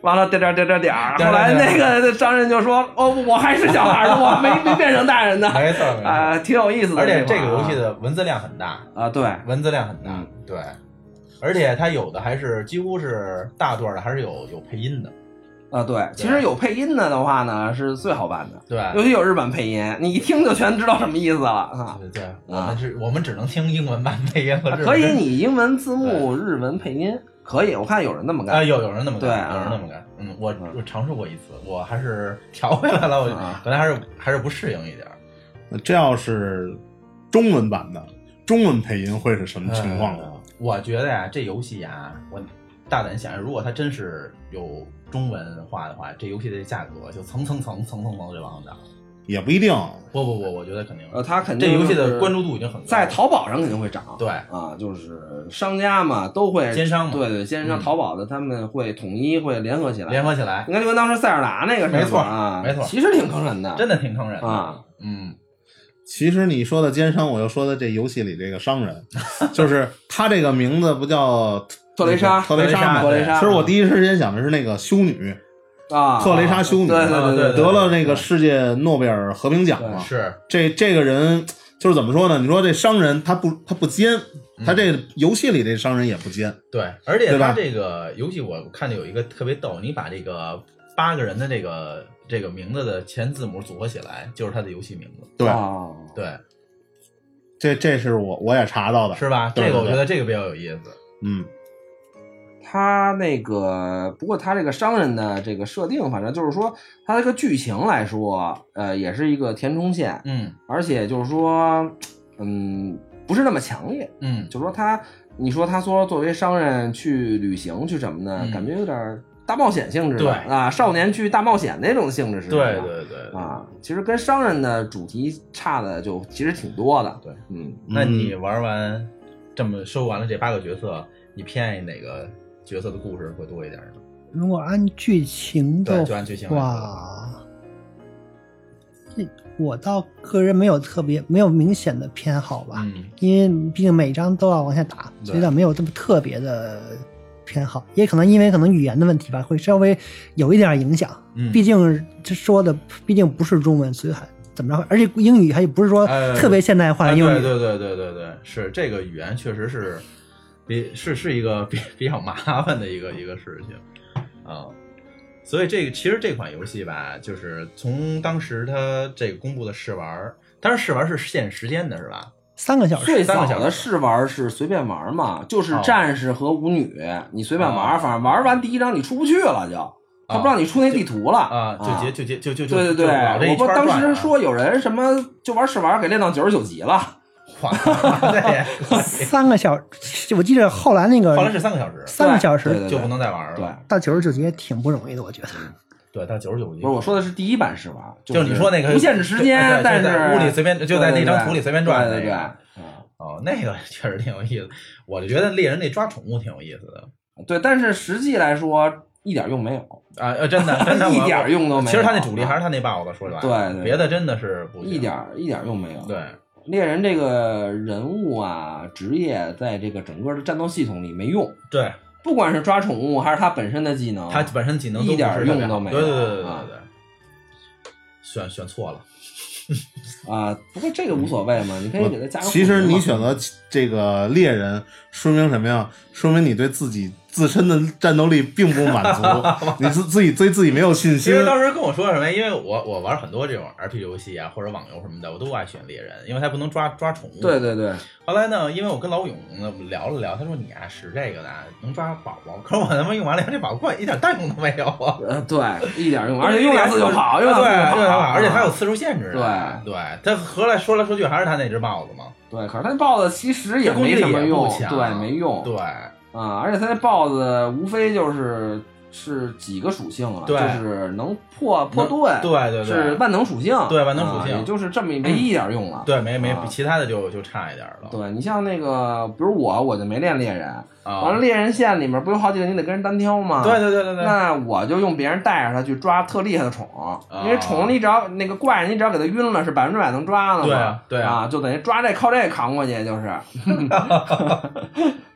B: 完了，点点点点点儿。
A: 点
B: 后
A: 儿
B: 来
A: 点儿
B: 那个商人就说：“哦，我还是小孩儿呢，我没没变成大人呢。
A: 没错没”
B: 啊，
A: 错。
B: 挺有意思的。
A: 而且这个
B: 款啊
A: 游戏的文字量很大，
B: 啊，对，
A: 文字量很
B: 嗯
A: 大，对。而且它有的还是几乎是大段的，还是有有配音的，
B: 啊，对，其实有配音的的话呢，是最好办的，
A: 对。
B: 尤其有日本配音，你一听就全知道什么意思了啊。
A: 对对，我们是，我们只能听英文版配音和日文。
B: 可以，你英文字幕，日文配音可以，我看有人那么
A: 啊，
B: 干。
A: 有有人那么
B: 对
A: 干，
B: 啊
A: 有人那么干。嗯，我
B: 嗯
A: 我尝试过一次，我还是调回来了，我
B: 啊
A: 本来还是还是不适应一点儿。
D: 这要是中文版的，中文配音会是什
B: 嗯
D: 么情况
B: 啊
D: 呢？
A: 呃我觉得呀、这游戏啊，我大胆想，如果它真是有中文化的话，这游戏的价格就层层层层层层就往上涨。
D: 也不一定。
A: 不不不，我觉得肯定，
B: 呃，他肯定
A: 这游戏
B: 就
A: 的
B: 是
A: 关注度已经很高了，
B: 在淘宝上肯定会涨。
A: 对
B: 啊，就是商家嘛，都会
A: 奸商嘛
B: 对对，奸商，
A: 嗯
B: 淘宝的他们会统一会联合起来。
A: 联合起来
B: 你，看就跟当时塞尔达那个似的
A: 没错
B: 啊，
A: 没错
B: 其实挺坑人的，
A: 真的挺坑人的。
B: 啊。
A: 嗯，
D: 其实你说的奸商，我又说的这游戏里这个商人，就是他这个名字不叫
B: 特蕾莎，
D: 特蕾莎
B: 特蕾莎。
D: 其实我第一时间想的是那个修女，
B: 啊，
D: 特蕾莎修女，
B: 对对对对对
D: 得了那个世界诺贝尔和平奖嘛。
A: 是
D: 这这个人就是怎么说呢？你说这商人他不他不奸，
B: 嗯
D: 他这游戏里这商人也不奸，
A: 对，而且
D: 对吧
A: 它这个游戏我看见有一个特别逗，你把这个八个人的这个这个名字的前字母组合起来，就是它的游戏名字。
D: 对，
B: 哦
A: 对，
D: 这这是我我也查到的，
A: 是吧？
D: 对
A: 这个我
D: 对
A: 觉得这个比较有意思。
D: 嗯，
B: 他那个，不过他这个商人的这个设定，反正就是说，他这个剧情来说，呃，也是一个填充线，
A: 嗯
B: 而且就是说，嗯，不是那么强烈。
A: 嗯，
B: 就是说他，你说他说作为商人去旅行去什么呢？
A: 嗯
B: 感觉有点大冒险性质的，
A: 对
B: 啊，少年去大冒险那种性质是吧
A: 对对对对。
B: 啊，其实跟商人的主题差的就其实挺多的，
A: 对，
B: 嗯，
A: 那你玩完这么收完了这八个角色，你偏爱哪个角色的故事会多一点呢？
D: 嗯
C: 如果按剧情
A: 对，
C: 的
A: 就按剧情来说，
C: 话，这我倒个人没有特别没有明显的偏好吧，
A: 嗯，
C: 因为毕竟每张都要往下打，
A: 对
C: 所以倒没有这么特别的偏好，也可能因为可能语言的问题吧，会稍微有一点影响。
A: 嗯
C: 毕竟这说的毕竟不是中文，所以还怎么着，而且英语还也不是说
A: 哎
C: 特别现代化
A: 啊，
C: 的
A: 对
C: 英语。
A: 对对对对对，是这个语言确实是比是是一个比比较麻烦的一个一个事情啊。所以这个其实这款游戏吧，就是从当时它这个公布的试玩儿，当时试玩儿是限时间的，是吧？
C: 三个小时，
B: 最早
A: 三啊个小
B: 的
A: 时
B: 试玩是随便玩嘛，就是
A: 哦
B: 战士和舞女，你随便玩，
A: 哦
B: 反正玩完第一章你出不去了就，他不让你出那地图了
A: 啊，就结就结就就就
B: 对
A: 就
B: 对
A: 往这
B: 对，
A: 一
B: 我不
A: 圈儿
B: 当
A: 转
B: 时
A: 啊， (laughs)
B: 说有人什么就玩试玩给练到九十九级了，
A: 哇，这也可以
C: 三个小，我记得后来那个
A: 后来是三个小时，
C: 三个小时
B: 对对对
A: (laughs) 就不能再玩了。
B: 对，
C: 到九十九级也挺不容易的，我觉得。
A: 对，到九十九级。
B: 不是我说的是第一版试玩，
A: 就是你说那个
B: 不限制时
A: 对
B: 间，
A: 对
B: 但
A: 就是在屋里随便就在那张图里随便转
B: 对对对
A: 那个
B: 对。嗯
A: 哦，那个确实挺有意思，我就觉得猎人那抓宠物挺有意思的
B: 对，但是实际来说一点用没有，
A: 啊，呃，真的真的
B: (laughs) 一
A: 我
B: 点用都没有。啊
A: 其实他那主力还是他那 BOSS，说实话，
B: 对对对
A: 别的真的是不行
B: 一点一点用没有。
A: 对，
B: 猎人这个人物啊，职业在这个整个的战斗系统里没用，
A: 对，
B: 不管是抓宠物还是他本身的技能，
A: 他本身技能都
B: 啊一点
A: 不是特别
B: 用都没有
A: 对对对对对
B: 啊
A: 对对，选选错了，
B: 啊，不过这个无所谓嘛，哎你可以给他加个。
D: 其实你选择这个猎人，说明什么呀？说明你对自己自身的战斗力并不满
B: (laughs)
D: 足，你自自己对自己没有信
A: 其
D: 心
A: 实。当时跟我说什么，因为我我玩很多这种 RPG 游戏啊，或者网游什么的，我都爱选猎人，因为他不能抓抓宠物。
B: 对对对，
A: 后来呢，因为我跟老勇呢聊了聊，他说你啊使这个的能抓宝宝，可是我他妈用完了这宝宝一点蛋用都没有啊，
B: 呃对，一点用，而且用两次就跑，用
A: 对
B: 两次就
A: 对啊
B: 跑，
A: 而且它有次数限制啊。对，他合来说来说去还是他那只帽子嘛，
B: 对，可是他那豹子其实也没什么用，
A: 这攻击力也不
B: 对，
A: 强
B: 没用，
A: 对
B: 啊，而且他那豹子无非就是是几个属性了，就
A: 对
B: 是能破破盾，
A: 对对
B: 是
A: 对，
B: 万能属性，
A: 对万能属性
B: 啊也就是这么
A: (clears throat)
B: 没一点用了。
A: 对没没
B: 啊
A: 其他的就就差一点了。
B: 对你像那个，比如我，我就没练猎人，完了
A: 啊啊，
B: 猎人线里面不有好几个你得跟人单挑吗？
A: 对对对对啊对，
B: 那我就用别人带着他去抓特厉害的宠，因为宠你只要那个怪，你只要给他晕了，是百分之百能抓的嘛。
A: 对啊对啊
B: 啊，就等于抓这靠这扛过去，就是。
A: (laughs)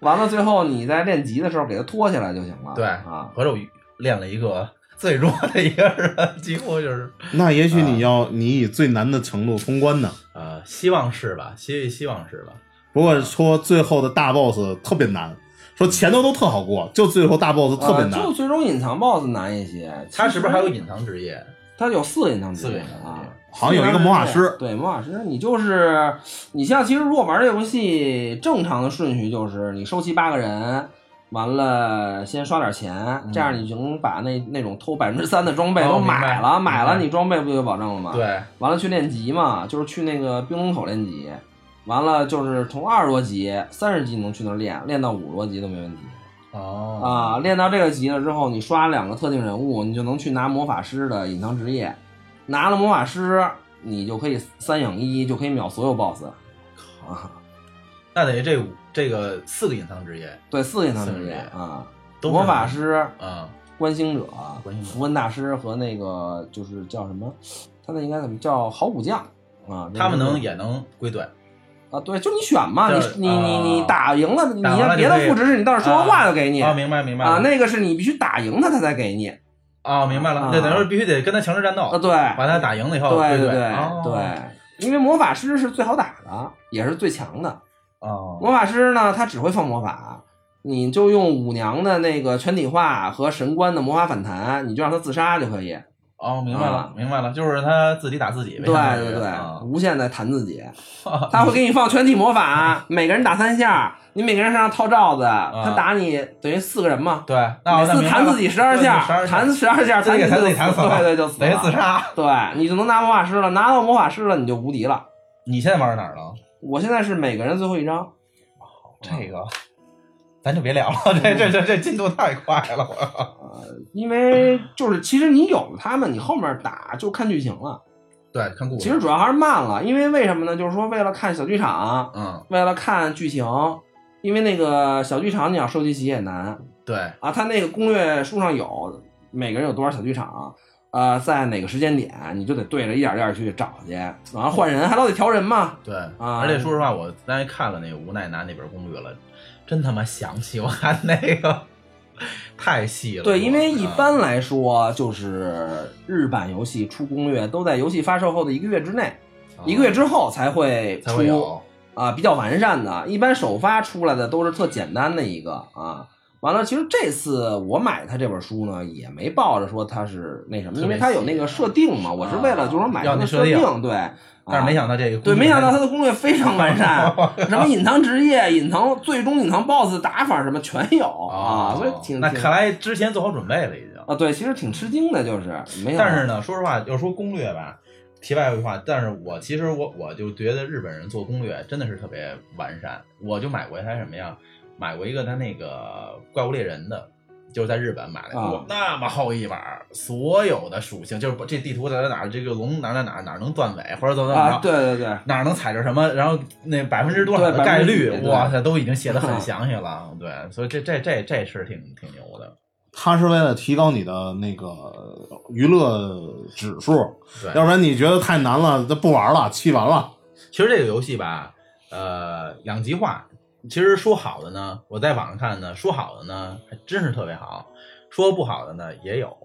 B: 完了，最后你在练级的时候给他拖起来就行了。
A: 对
B: 啊，
A: 合着我练了一个最弱的一个人，几乎就是
D: 那也
B: 啊
D: 许你要你以最难的程度通关呢。
A: 呃，希望是吧？希希望是吧？
D: 不过说最后的大 boss 特别难，说前头都特好过，就最后大 boss 特别
B: 呃
D: 难
B: 就。最终隐藏 BOSS 难一些。
A: 他是不是还有
B: 其实？
A: 隐藏职业？
B: 他有四个隐藏职
A: 四个
B: 业
A: 隐藏
B: 啊
A: 职业。
D: 好像有一个魔法师
B: 对魔法师，你就是你像其实如果玩这游戏，正常的顺序就是你收齐八个人，完了先刷点钱，这样你就能把那那种偷百分之三的装备
A: 哦
B: 都
A: 明白
B: 买了，买
A: 明
B: 了
A: 白
B: 你装备不就有保证了吗？，
A: 对，
B: 完了去练级嘛，就是去那个冰龙口练级，完了就是从二十多级、三十级能去那儿练，练到五十多级都没问题。
A: 哦
B: 啊，练到这个级了之后，你刷两个特定人物，你就能去拿魔法师的隐藏职业。拿了魔法师，你就可以三养一，就可以秒所有 BOSS。啊，
A: 那等于这五这个四个隐藏职业
B: 对，四个隐藏职业
A: 四个
B: 啊，
A: 都是
B: 魔法师、
A: 啊，
B: 观星者、
A: 观星者
B: 符文大师和那个就是叫什么，他那应该怎么叫好武将啊？
A: 他们
B: 就是
A: 能也能归队。
B: 啊，对，就你选嘛，你
A: 就是
B: 你你你
A: 啊
B: 打赢了，你
A: 打完
B: 要
A: 了
B: 别
A: 就可
B: 的
A: 以
B: 赋值是你到时候说个话就给你
A: 啊，明白明白
B: 啊，那个是你必须打赢他，他才给你
A: 啊，明白了
B: 啊，
A: 那等于说必须得跟他强制战斗
B: 啊，，对，
A: 把他打赢了以后
B: 对
A: 归
B: 对
A: 队。哦
B: 对，因为魔法师是最好打的，也是最强的。
A: 哦
B: 魔法师呢，他只会放魔法，你就用舞娘的那个全体化和神官的魔法反弹，你就让他自杀就可以。
A: 哦，明白
B: 啊
A: 了明白了，就是他自己打自己呗。相
B: 对
A: 当于
B: 对对
A: 啊，
B: 无限的弹
A: (laughs)
B: 自己，他会给你放全体魔法，每个人打三下，你每个人身上套罩子，他打你等于四个人嘛。
A: 对，那
B: 每
A: 我啊那
B: 次
A: 明白
B: 弹
A: 了
B: 自己十二下，
A: 对12下
B: 弹十二下，
A: 自
B: 弹
A: 己给
B: 你
A: 他
B: 就
A: 自己弹死了，
B: 对对，就死
A: 等于自
B: 了。
A: 杀。
B: 对，你就能拿魔法师了，拿到魔法师了，你就无敌了。
A: 你现在玩到哪儿
B: (laughs)
A: 了？
B: 我现在是每个人最后一张，
A: 这个。咱就别聊了，这这这这进度太快了，我 (laughs)
B: 因为就是其实你有了他们，你后面打就看剧情了。
A: 对，看故
B: 其实主要还是慢了，因为为什么呢？就是说为了看小剧场，
A: 嗯，
B: 为了看剧情，因为那个小剧场你要收集齐也难
A: 对，
B: 啊。他那个攻略书上有每个人有多少小剧场，呃，在哪个时间点，你就得对着一点一点去找去，然后换人还老得调人嘛。
A: 对，
B: 啊
A: 而且说实话，我刚才看了那个吴奈拿那本攻略了，真他妈详细！我看那个 (laughs) 太细了。
B: 对，啊
A: 我
B: 因为一般来说就是日版游戏出攻略都在游戏发售后的一个月之内，
A: 啊
B: 一个月之后才会
A: 才
B: 出
A: 会有
B: 啊，比较完善的，一般首发出来的都是特简单的一个啊。完了，其实这次我买他这本书呢，也没抱着说它是那什么，
A: 特别
B: 因为它有那个设定嘛，我是为了就是说买它
A: 要
B: 的
A: 你设
B: 设
A: 定
B: 对，啊
A: 但是没想到这个
B: 对，没想到它的攻略非常完
A: (laughs)
B: 善，什么隐藏职业、隐藏最终隐藏 BOSS 打法什么全有啊，所以挺
A: 那
B: 挺
A: 看来之前做好准备了已经。
B: 啊，对，其实挺吃惊的，就是没想到
A: 但是呢，说实话，要说攻略吧，题外话，但是我其实我我就觉得日本人做攻略真的是特别完善。我就买过一台什么呀？买过一个他那个怪物猎人的，就是在日本买的，
B: 啊
A: 哇那么厚一本儿，所有的属性，就是把这地图在哪哪儿，这个龙哪儿哪儿哪儿哪儿能断尾，或者怎么怎么着。
B: 啊，对对对，
A: 哪儿能踩着什么，然后那百分之多少的概率
B: 对百分之，几
A: 哇塞，都已经写的
B: (laughs)
A: 很详细了。对，所以这这这这是挺挺牛的。
D: 他是为了提高你的那个娱乐指数，
A: 对，
D: 要不然你觉得太难了，就不玩了，弃完了。
A: 其实这个游戏吧，呃，两极化。其实说好的呢，我在网上看呢，说好的呢还真是特别好，说不好的呢也有。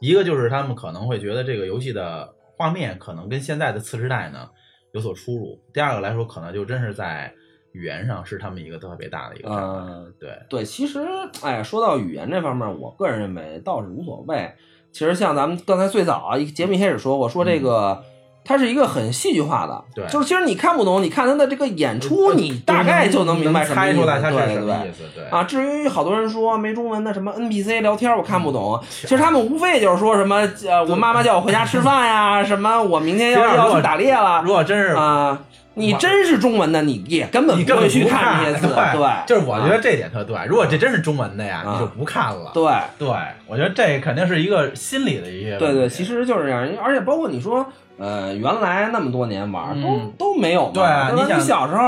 A: 一个就是他们可能会觉得这个游戏的画面可能跟现在的次时代呢有所出入；第二个来说，可能就真是在语言上是他们一个特别大的一个障碍。
B: 呃，
A: 对，
B: 对，其实哎呀，说到语言这方面，我个人认为倒是无所谓。其实像咱们刚才最早啊，一节目一开始说过，说这个、它是一个很戏剧化的，
A: 嗯对呃
B: 就是其实你看不懂，你看他的这个演出，你大概就能明白什么
A: 猜
B: 意
A: 出
B: 思，
A: 来它是
B: 对
A: 什
B: 对
A: 么意
B: 对。
A: 思。对
B: 啊，，至于好多人说没中文的什么 NPC 聊天，我看不
A: 嗯
B: 懂。其实他们无非就是说什么，呃，我妈妈叫我回家吃饭呀，什么我明天要
A: 其实如
B: 要
A: 果
B: 去打猎了
A: 如果真是
B: 啊。你真是中文的，你也根本
A: 你
B: 不
A: 根
B: 会
A: 本
B: 去
A: 不
B: 看这些字，对，
A: 就是我觉
B: 啊
A: 得这点特对。如果这真是中文的呀，
B: 啊
A: 你就不看了。
B: 对，
A: 对，我觉得这肯定是一个心理的一些问题。
B: 对对，其实就是这样，而且包括你说，呃，原来那么多年玩儿
A: 嗯
B: 都都没有嘛，
A: 对啊
B: 吧你
A: 你想
B: 小时候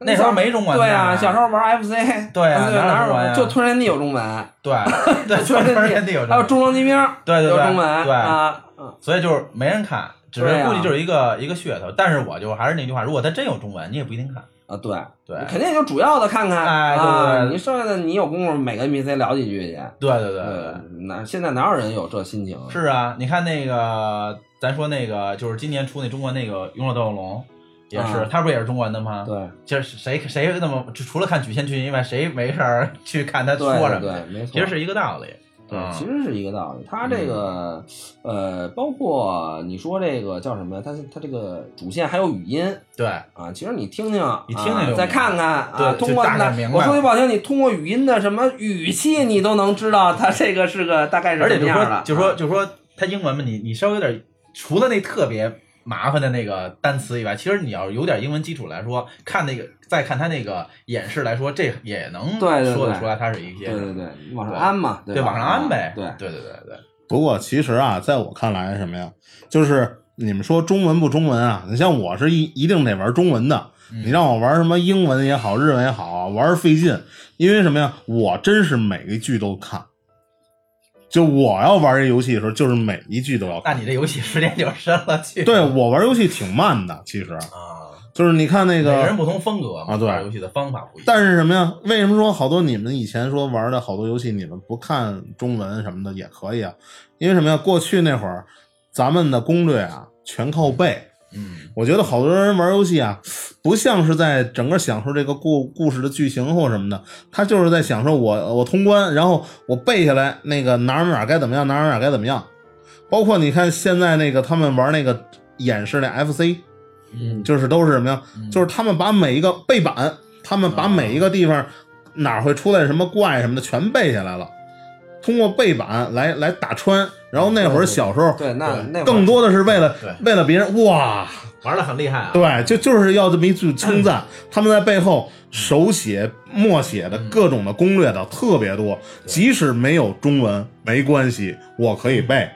A: 那时候没中文的
B: 对啊，
A: 呀
B: 小时候玩 FC，
A: 对啊
B: (laughs) 对，
A: 哪有
B: 有
A: 中文呀
B: 就突然地有中文，
A: 对
B: 啊 (laughs)
A: 对，
B: 突然
A: 确
B: 地
A: 实得有
B: 还有
A: 这种，
B: 中央机兵
A: 对对
B: 有
A: 对
B: 中文
A: 对
B: 啊，嗯
A: 所以就是没人看，只
B: 对
A: 是
B: 啊
A: 估计就是一个一个噱头。但是我就还是那句话，如果它真有中文，你也不一定看。
B: 啊，对，
A: 对
B: 你肯定就主要的看看
A: 哎对
B: 啊，
A: 对对
B: 你剩下的你有功夫每个 NPC 聊几句去，
A: 对对对对
B: 呃，哪现在哪有人有这心情啊？
A: 是啊，你看那个，咱说那个，就是今年出那中国那个《勇者斗恶龙》，也是，
B: 啊
A: 它不也是中文的吗？
B: 对
A: 就是谁谁那么除了看曲线剧以外，谁没事儿去看他说
B: 对
A: 什
B: 对
A: 么？，
B: 没错，
A: 其实是一个道理。
B: 对，
A: 嗯
B: 其实是一个道理。它这个，呃，包括你说这个叫什么呀？它它这个主线还有语音
A: 对
B: 啊，其实你听听，
A: 你听听
B: 啊
A: 就明白
B: 再看看啊，
A: 对
B: 通
A: 就
B: 过
A: 大概
B: 那
A: 明白
B: 我说句不好听，你通过语音的什么语气，你都能知道它这个是个大概是
A: 而
B: 什
A: 且
B: 么
A: 就
B: 样啊
A: 说
B: 的。嗯
A: 就说就说他英文嘛，你你稍微有点，除了那特别麻烦的那个单词以外，其实你要有点英文基础来说，看那个再看他那个演示来说，这也能
B: 对对对
A: 说得出来，它是一些
B: 对对对，你往上安嘛，对啊
A: 对往上安呗。
B: 对
A: 对对对对，
D: 不过其实啊，在我看来，什么呀，就是你们说中文不中文啊？你像我是一一定得玩中文的，
A: 嗯
D: 你让我玩什么英文也好，日文也好，啊玩儿费劲。因为什么呀？我真是每一句都看。就我要玩这游戏的时候，就是每一句都要看。
A: 那你这游戏时间就深了去。
D: 对我玩游戏挺慢的，其实
A: 啊，
D: 就是你看那
A: 每
D: 个
A: 个人不同风格嘛，
D: 啊对
A: 玩游戏的方法不一样。
D: 但是什么呀？为什么说好多你们以前说玩的好多游戏，你们不看中文什么的也可以啊？因为什么呀？过去那会儿，咱们的攻略啊，全靠背。
A: 嗯，
D: 我觉得好多人玩游戏啊，不像是在整个享受这个故故事的剧情或什么的，他就是在享受我我通关，然后我背下来那个哪儿哪儿该怎么样，哪儿哪儿该怎么样。包括你看现在那个他们玩那个演示那 FC，
A: 嗯，
D: 就是都是什么呀？
A: 嗯
D: 就是他们把每一个背板，他们把每一个地方哪儿会出来什么怪什么的全背下来了，通过背板来来打穿。然后那会儿小时候，
B: 对，那那会儿
D: 更多的是为了
A: 对
D: 为了别人哇，
A: 玩的很厉害啊。
D: 对，就就是要这么一句称赞。他们在背后手写、默写的各种的攻略的特别
B: 嗯
D: 多，即使没有中文没关系，我可以背。
B: 嗯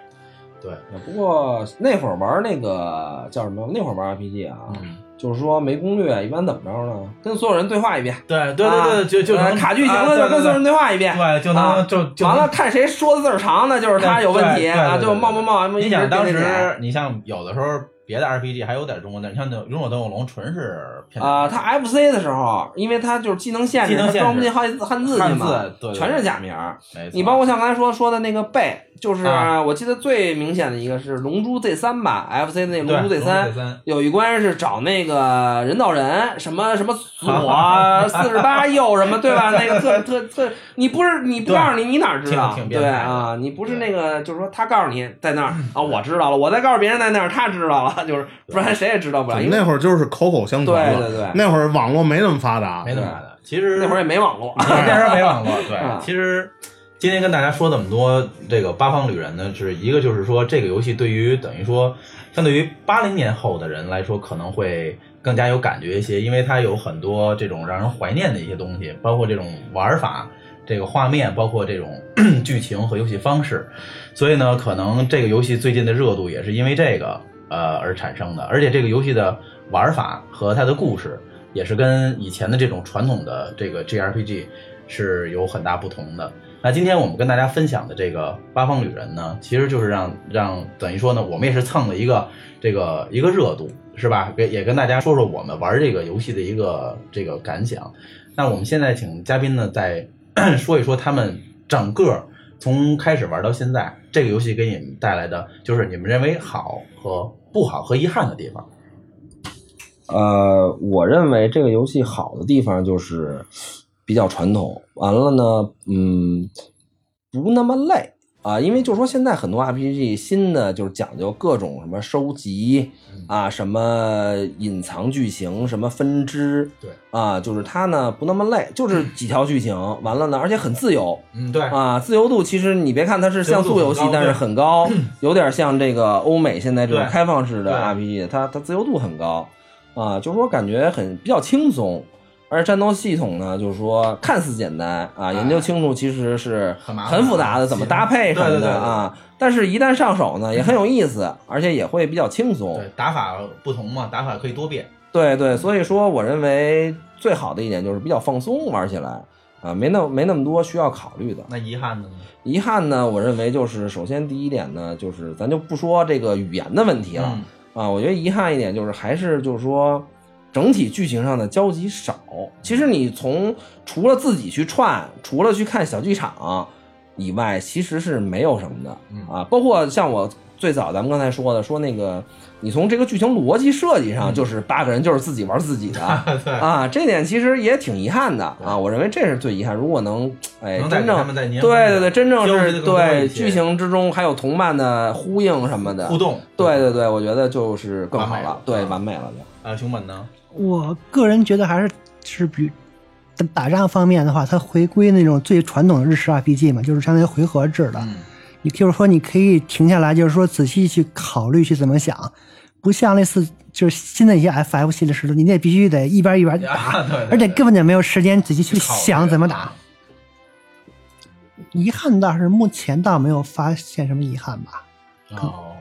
A: 对，
B: 不过那会儿玩那个叫什么？那会儿玩 RPG 啊，
A: 嗯，
B: 就是说没攻略，一般怎么着呢？跟所有人对话一遍。
A: 对对对对，就就
B: 呃
A: 能
B: 卡剧情
A: 啊
B: 了，就跟所有人
A: 对
B: 对话一遍，
A: 对，就
B: 啊
A: 能就就
B: 完
A: 能
B: 了，看谁说的字儿长，那就是他有问题
A: 对对对
B: 啊，
A: 对
B: 就
A: 对
B: 冒冒冒，
A: 你想当
B: 一直点点点
A: 时，你像有的时候别的 RPG 还有点中文的，你像那《勇者斗恶龙》纯是骗
B: 啊，他 FC 的时候，因为他就是技能限制，
A: 技能
B: 他
A: 限制
B: 装不进好几汉字去
A: 汉字
B: 嘛，
A: 对对对
B: 全是假名儿。
A: 没错
B: 你包括像刚才说说的那个贝，就是
A: 啊
B: 我记得最明显的一个是《龙珠 Z 三》吧，FC 的那
A: 对
B: 《龙珠 Z 三》。
A: 三，
B: 有一关是找那个人造人，什么什么左
A: (laughs) 啊
B: 四十八右什么，对吧？那个特特特，你不是你不告诉你，你哪知道？
A: 挺挺变
B: 对
A: 态的
B: 啊，你不是那个，就是说他告诉你在那儿啊，我知道了，我再告诉别人在那儿，他知道了，就是不然谁也知道不了。因为
D: 那会儿就是口口相传了，
B: 对对对
D: 那会儿网络没那么发达，
A: 没那么大的。其实
B: 嗯那会儿也没网
A: (laughs)
B: 络，
A: 那时候没网络，
B: 啊
A: 对，其实。今天跟大家说这么多，这个《八方旅人》呢，是一个就是说这个游戏对于等于说，相对于八零年后的人来说，可能会更加有感觉一些，因为它有很多这种让人怀念的一些东西，包括这种玩法、这个画面，包括这种 (clears throat) 剧情和游戏方式。所以呢，可能这个游戏最近的热度也是因为这个呃而产生的，而且这个游戏的玩法和它的故事也是跟以前的这种传统的这个 JRPG 是有很大不同的。那今天我们跟大家分享的这个《八方旅人》呢，其实就是让让等于说呢，我们也是蹭了一个这个一个热度，是吧？给也跟大家说说我们玩这个游戏的一个这个感想。那我们现在请嘉宾呢，再 (clears throat) 说一说他们整个从开始玩到现在，这个游戏给你们带来的，就是你们认为好和不好和遗憾的地方。
B: 呃，我认为这个游戏好的地方就是比较传统，完了呢，嗯，不那么累啊，因为就说现在很多 RPG 新的就是讲究各种什么收集啊，什么隐藏剧情，什么分支，
E: 对
B: 啊，就是它呢不那么累，就是几条剧情，完了呢，而且很自由，
E: 嗯， (laughs) 对，
B: 啊，自由度其实你别看它是像素游戏
E: 自由度很高，
B: 但是
E: (laughs)
B: 很高，有点像这个欧美现在这种
E: 对
B: 开放式的
E: 对
B: RPG，它它自由度很高啊，就是说感觉很比较轻松。而战斗系统呢，就是说看似简单啊，研究清楚其实是
E: 哎很麻烦啊
B: 很复杂的，怎么搭配什么
E: 对对
B: 的
E: 对
B: 啊。但是，一旦上手呢，也很有意思，而且也会比较轻松。
E: 对，打法不同嘛，打法可以多变。
B: 对对，所以说我认为最好的一点就是比较放松，玩起来啊，没那没那么多需要考虑的。
E: 那遗憾的呢？
B: 遗憾呢，我认为就是首先第一点呢，就是咱就不说这个语言的问题了、
E: 嗯
B: 啊，我觉得遗憾一点就是还是就是说整体剧情上的交集少。其实你从除了自己去串，除了去看小剧场以外，其实是没有什么的、
E: 嗯
B: 啊。包括像我最早咱们刚才说的，说那个你从这个剧情逻辑设计
E: 嗯
B: 上，就是八个人就是自己玩自己
E: (laughs)
B: 的。
A: 哎
B: 啊，这点其实也挺遗憾的啊，我认为这是最遗憾。如果能，哎，
E: 能带
B: 真
E: 给
B: 正
E: 他们在年龄
B: 对
E: 上
B: 对对，真正
E: 交织
B: 是
E: 得更多
B: 对
E: 一些
B: 剧情之中还有同伴的呼应什么的
E: 互，动，
B: 对对对，我觉得就是更好
E: 完美了
B: 对，完美了就。
E: 啊，熊本呢？ (laughs)
C: 我个人觉得还是是比打打仗方面的话，它回归那种最传统的日式 RPG 嘛，就是相当于回合制的。
E: 嗯，
C: 你就是说你可以停下来，就是说仔细去考虑去怎么想，不像类似就是新的一些 FF 系列似的，你得必须得一边一边打，
E: 啊，对，
C: 而且根本就没有时间仔细去
E: 去考虑
C: 想怎么打。遗憾倒是目前倒没有发现什么遗憾吧。
E: 哦，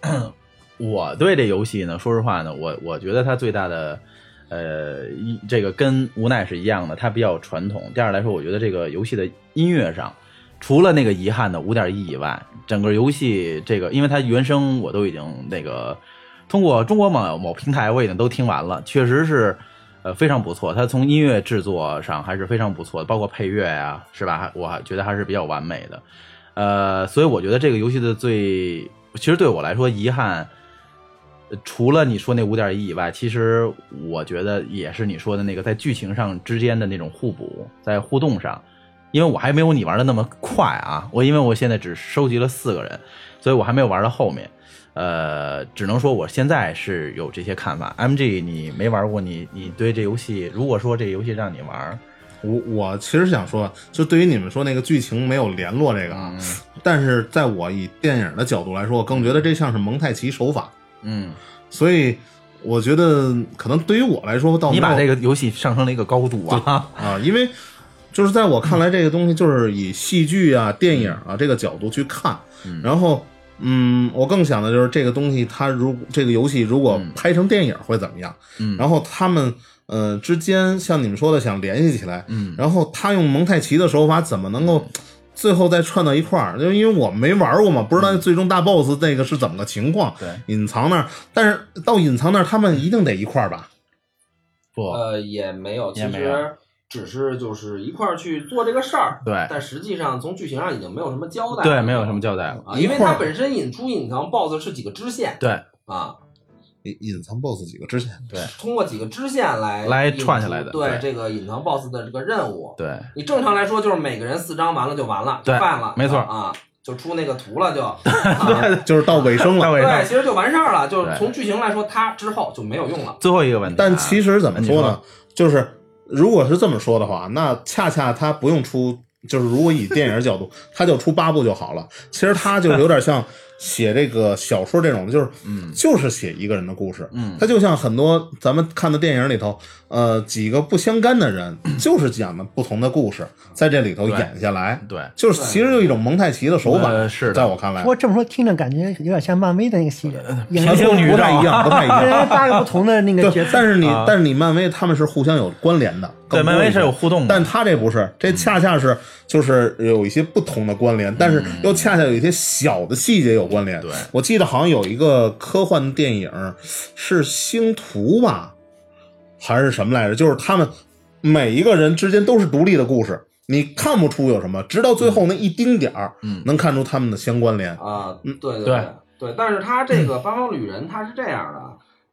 A: 嗯 (clears throat) 我对这游戏呢，说实话呢，我我觉得它最大的，呃，一这个跟无奈是一样的，它比较传统。第二来说，我觉得这个游戏的音乐上，除了那个遗憾的五点一以外，整个游戏这个，因为它原声我都已经那个通过中国某某平台我已经都听完了，确实是。呃，非常不错，它从音乐制作上还是非常不错的，包括配乐呀、是吧？还我还觉得还是比较完美的。呃，所以我觉得这个游戏的最，其实对我来说遗憾，呃除了你说那五点一以外，其实我觉得也是你说的那个在剧情上之间的那种互补，在互动上，因为我还没有你玩的那么快啊， (laughs) 我因为我现在只收集了四个人，所以我还没有玩到后面。呃，只能说我现在是有这些看法。M G，你没玩过，你你对这游戏，如果说这游戏让你玩，
D: 我我其实想说，就对于你们说那个剧情没有联络这个
A: 嗯
D: 啊，但是在我以电影的角度来说，我更觉得这像是蒙太奇手法，
A: 嗯，
D: 所以我觉得可能对于我来说，倒哦没
A: 你
D: 有
A: 把这个游戏上升了一个高度啊，
D: 啊，因为就是在我看来，这个东西就是以戏剧啊、电影啊这个角度去看，然后。嗯，我更想的就是这个东西，它如这个游戏如果拍成电影会怎么样？
A: 嗯
D: 然后他们呃之间像你们说的想联系起来，
A: 嗯
D: 然后他用蒙太奇的手法怎么能够最后再串到一块儿？就因为我没玩过嘛，不知道最终大 boss 那个是怎么个情况。
A: 对
D: 隐藏那儿，但是到隐藏那儿，他们一定得一块儿吧？
A: 不，
F: 呃，也没有，其
A: 也没有
F: 实只是就是一块儿去做这个事儿，
A: 对
F: 但实际上从剧情上已经没有什么交代，
A: 对，没有什么交代了，
F: 啊，因为它本身引出隐藏 BOSS 是几个支线
A: 对。
F: 啊，
D: 隐隐藏 boss 几个支线，
F: 通过几个支线来
A: 来
F: 引出
A: 串下来的
F: 对
A: 对
F: 这个隐藏 BOSS 的这个任务，
A: 对，
F: 你正常来说就是每个人四张完了就完了，就
A: 对
F: 办了，
A: 没错
F: 啊，就出那个图了
A: (laughs)
F: 就，啊
D: (laughs) 就是到尾声
A: 大
D: 了。
A: 卫
F: 对，其实就完事儿了，就是
A: 对
F: 从剧情来说，它之后就没有用了。
A: 最后一个问题啊，
D: 但其实怎么说
A: 你
D: 呢？就是如果是这么说的话，那恰恰他不用出，就是如果以电影角度， (laughs) 他就出八部就好了。其实他就是有点像写这个小说这种的，就是
A: 嗯
D: 就是写一个人的故事。
A: 嗯
D: 他就像很多咱们看的电影里头，呃，几个不相干
A: (clears throat)
D: 的人，就是讲的不同的故事，在这里头
A: 对
D: 演下来，
A: 对，
D: 就是其实有一种蒙太奇的手法。
A: 呃是的
D: 在我看
E: 哎
A: (laughs)
D: 来
C: 不，过这么说听着感觉有点像漫威的那个系列，
E: 呃
C: 演
A: 平行宇
D: 不
A: 宙
D: 太一样，不太一样。
C: 搭个不同的那个角
D: 对，
C: 色
D: 但。是你、
A: 啊
D: 但是你漫威他们是互相有关联的，
A: 对，
D: 更多
A: 漫
D: 一
A: 威
D: 些
A: 是有互动的，嗯
D: 但他这不是，这恰恰是就是有一些不同的关联，但是又恰恰有一些小的细节有关
A: 嗯
D: 联。
A: 对
D: 我记得好像有一个科幻电影是《星图》吧，还是什么来着？就是他们每一个人之间都是独立的故事，你看不出有什么，直到最后那一丁点儿，
A: 嗯
D: 能看出他们的相关联。
F: 啊，对对
A: 对
F: 对，但是他这个八方旅人他是这样的，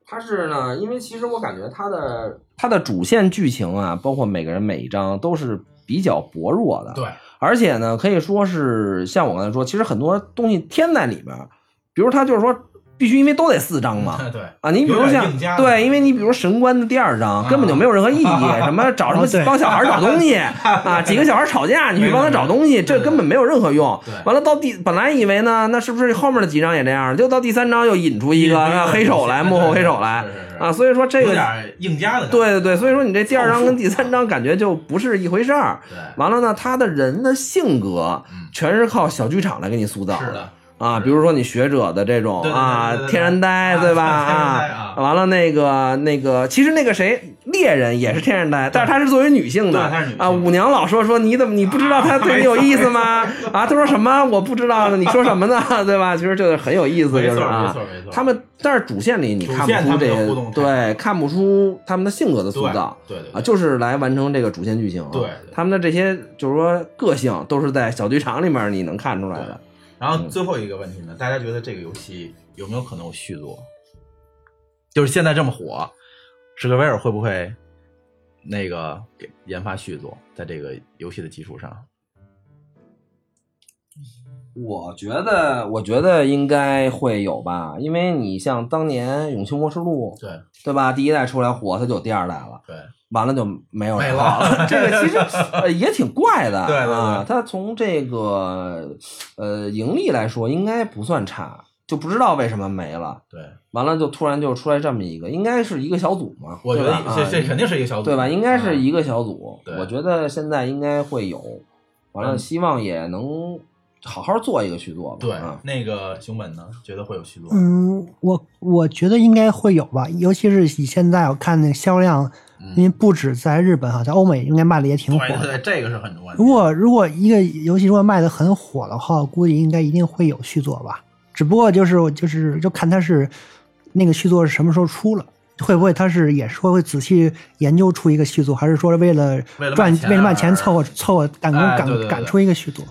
B: 它是呢，因为其实我感觉它的它的主线剧情啊，包括每个人每一章都是比较薄弱的。
G: 对，
B: 而且呢，可以说是像我刚才说，其实很多东西添在里面儿，比如它就是说必须因为都得四章嘛，
G: 对，
B: 啊，你比如
G: 有点
B: 像
G: 硬啊加的
B: 对，因为你比如神官的第二章根本就没有任何意义，什么找什
C: 啊
B: 么
C: 对
B: 帮小孩找
G: (laughs)
B: 东西啊，几个小孩吵架，你去帮他找东西，这根本没有任何用
G: 对。
B: 完了到第本来以为呢，那是不是后面的几章也这样？就到第三章又引出一个
G: 引出一个
B: 啊黑手来，幕后黑手来
G: 是是是
B: 啊，所以说这
G: 有
B: 个
G: 点硬加的感觉。
B: 对对对，所以说你这第二章跟第三章感觉就不是一回事儿。
G: 对，
B: 完了呢，他的人的性格
G: 嗯
B: 全是靠小剧场来给你塑造
G: 是的，
B: 啊，比如说你学者的这种
G: 对对对
B: 啊
G: 对对，对
B: 天然呆
G: 啊
B: 对吧？
G: 天然呆啊
B: 完了那个那个，其实那个谁猎人也是天然呆，但是他是作为女性的，
G: 嗯对她是女性
B: 啊。舞娘老说说你怎么你不知道
G: (laughs)
B: 他对你有意思吗？啊，他说什么我不知道呢？你说什么
G: (laughs)
B: 呢？对吧？其实这个很有意思，
G: 没
B: 就
G: 错
B: 是
G: 没
B: 啊
G: 错。没错，
B: 他们但是主线里你
G: 主
B: 看不
G: 线
B: 出
G: 他
B: 这
G: 们有
B: 些
G: 互动，太
B: 对，看不出他们的性格的
G: 对
B: 塑造。
G: 对对
B: 啊，
G: 对
B: 就是来完成这个主线剧情啊。
G: 对对
B: 他们的这些就是说个性都是在小剧场里面你能看出来的。
G: 然
B: 嗯
G: 后最后一个问题呢，大家觉得这个游戏有没有可能有续作？就是现在这么火，史克威尔会不会那个给研发续作，在这个游戏的基础上？
B: 我觉得，我觉得应该会有吧，因为你像当年《永清魔石录》，
G: 对
B: 对吧？第一代出来火，它就有第二代了，
G: 对，
B: 完了就没有人
G: 没
B: 了。这
G: (laughs)
B: 个其实呃也挺怪的，
G: 对对对
B: 啊。它从这个呃盈利来说，应该不算差，就不知道为什么没了。
G: 对，
B: 完了就突然就出来这么一个，应该是一个小组嘛，
G: 我觉
B: 对
G: 得
B: 吧啊
G: 这这肯定是一个小组，嗯
B: 对吧？应该是一
G: 个
B: 个小组，
G: 对
B: 我觉得现在应该会有。完了，
G: 嗯
B: 希望也能好好做一个续作吧。
G: 对
B: 啊。
G: 那个熊本呢，觉得会有续作？
C: 嗯，我我觉得应该会有吧，尤其是以现在我看那个销量，因为不止在日本哈，在欧美应该卖的也挺火
G: 嗯对对
C: 的。
G: 对，这个是很重要的
C: 如。果如果一个游戏如果卖的很火的话，我估计应该一定会有续作吧。只不过就是我就是就看它是那个续作是什么时候出了，会不会它是也说会仔细研究出一个续作，还是说为了
G: 为了
C: 赚
G: 卖钱
C: 为了卖钱
G: 而
C: 凑合凑合赶工
G: 哎对对
C: 赶
G: 对
C: 赶
G: 对
C: 出一个续作？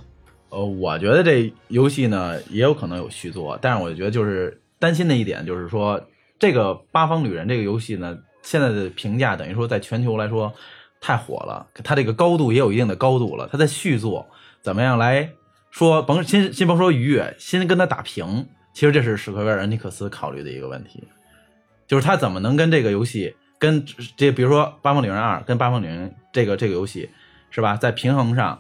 A: 呃，我觉得这游戏呢也有可能有续作，但是我觉得就是担心的一点就是说，这个《八方旅人》这个游戏呢，现在的评价等于说在全球来说太火了，它这个高度也有一定的高度了。它在续作怎么样来说，甭先先甭说愉悦，先跟它打平，其实这是史克威尔恩尼克斯考虑的一个问题，就是他怎么能跟这个游戏跟这比如说《八方旅人二》跟《八方旅人》这个这个游戏是吧，在平衡上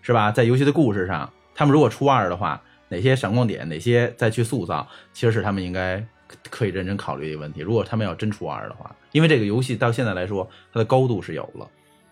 A: 是吧？在游戏的故事上，他们如果出二的话，哪些闪光点，哪些再去塑造，其实是他们应该可可以认真考虑的问题。如果他们要真出二的话，因为这个游戏到现在来说，它的高度是有了，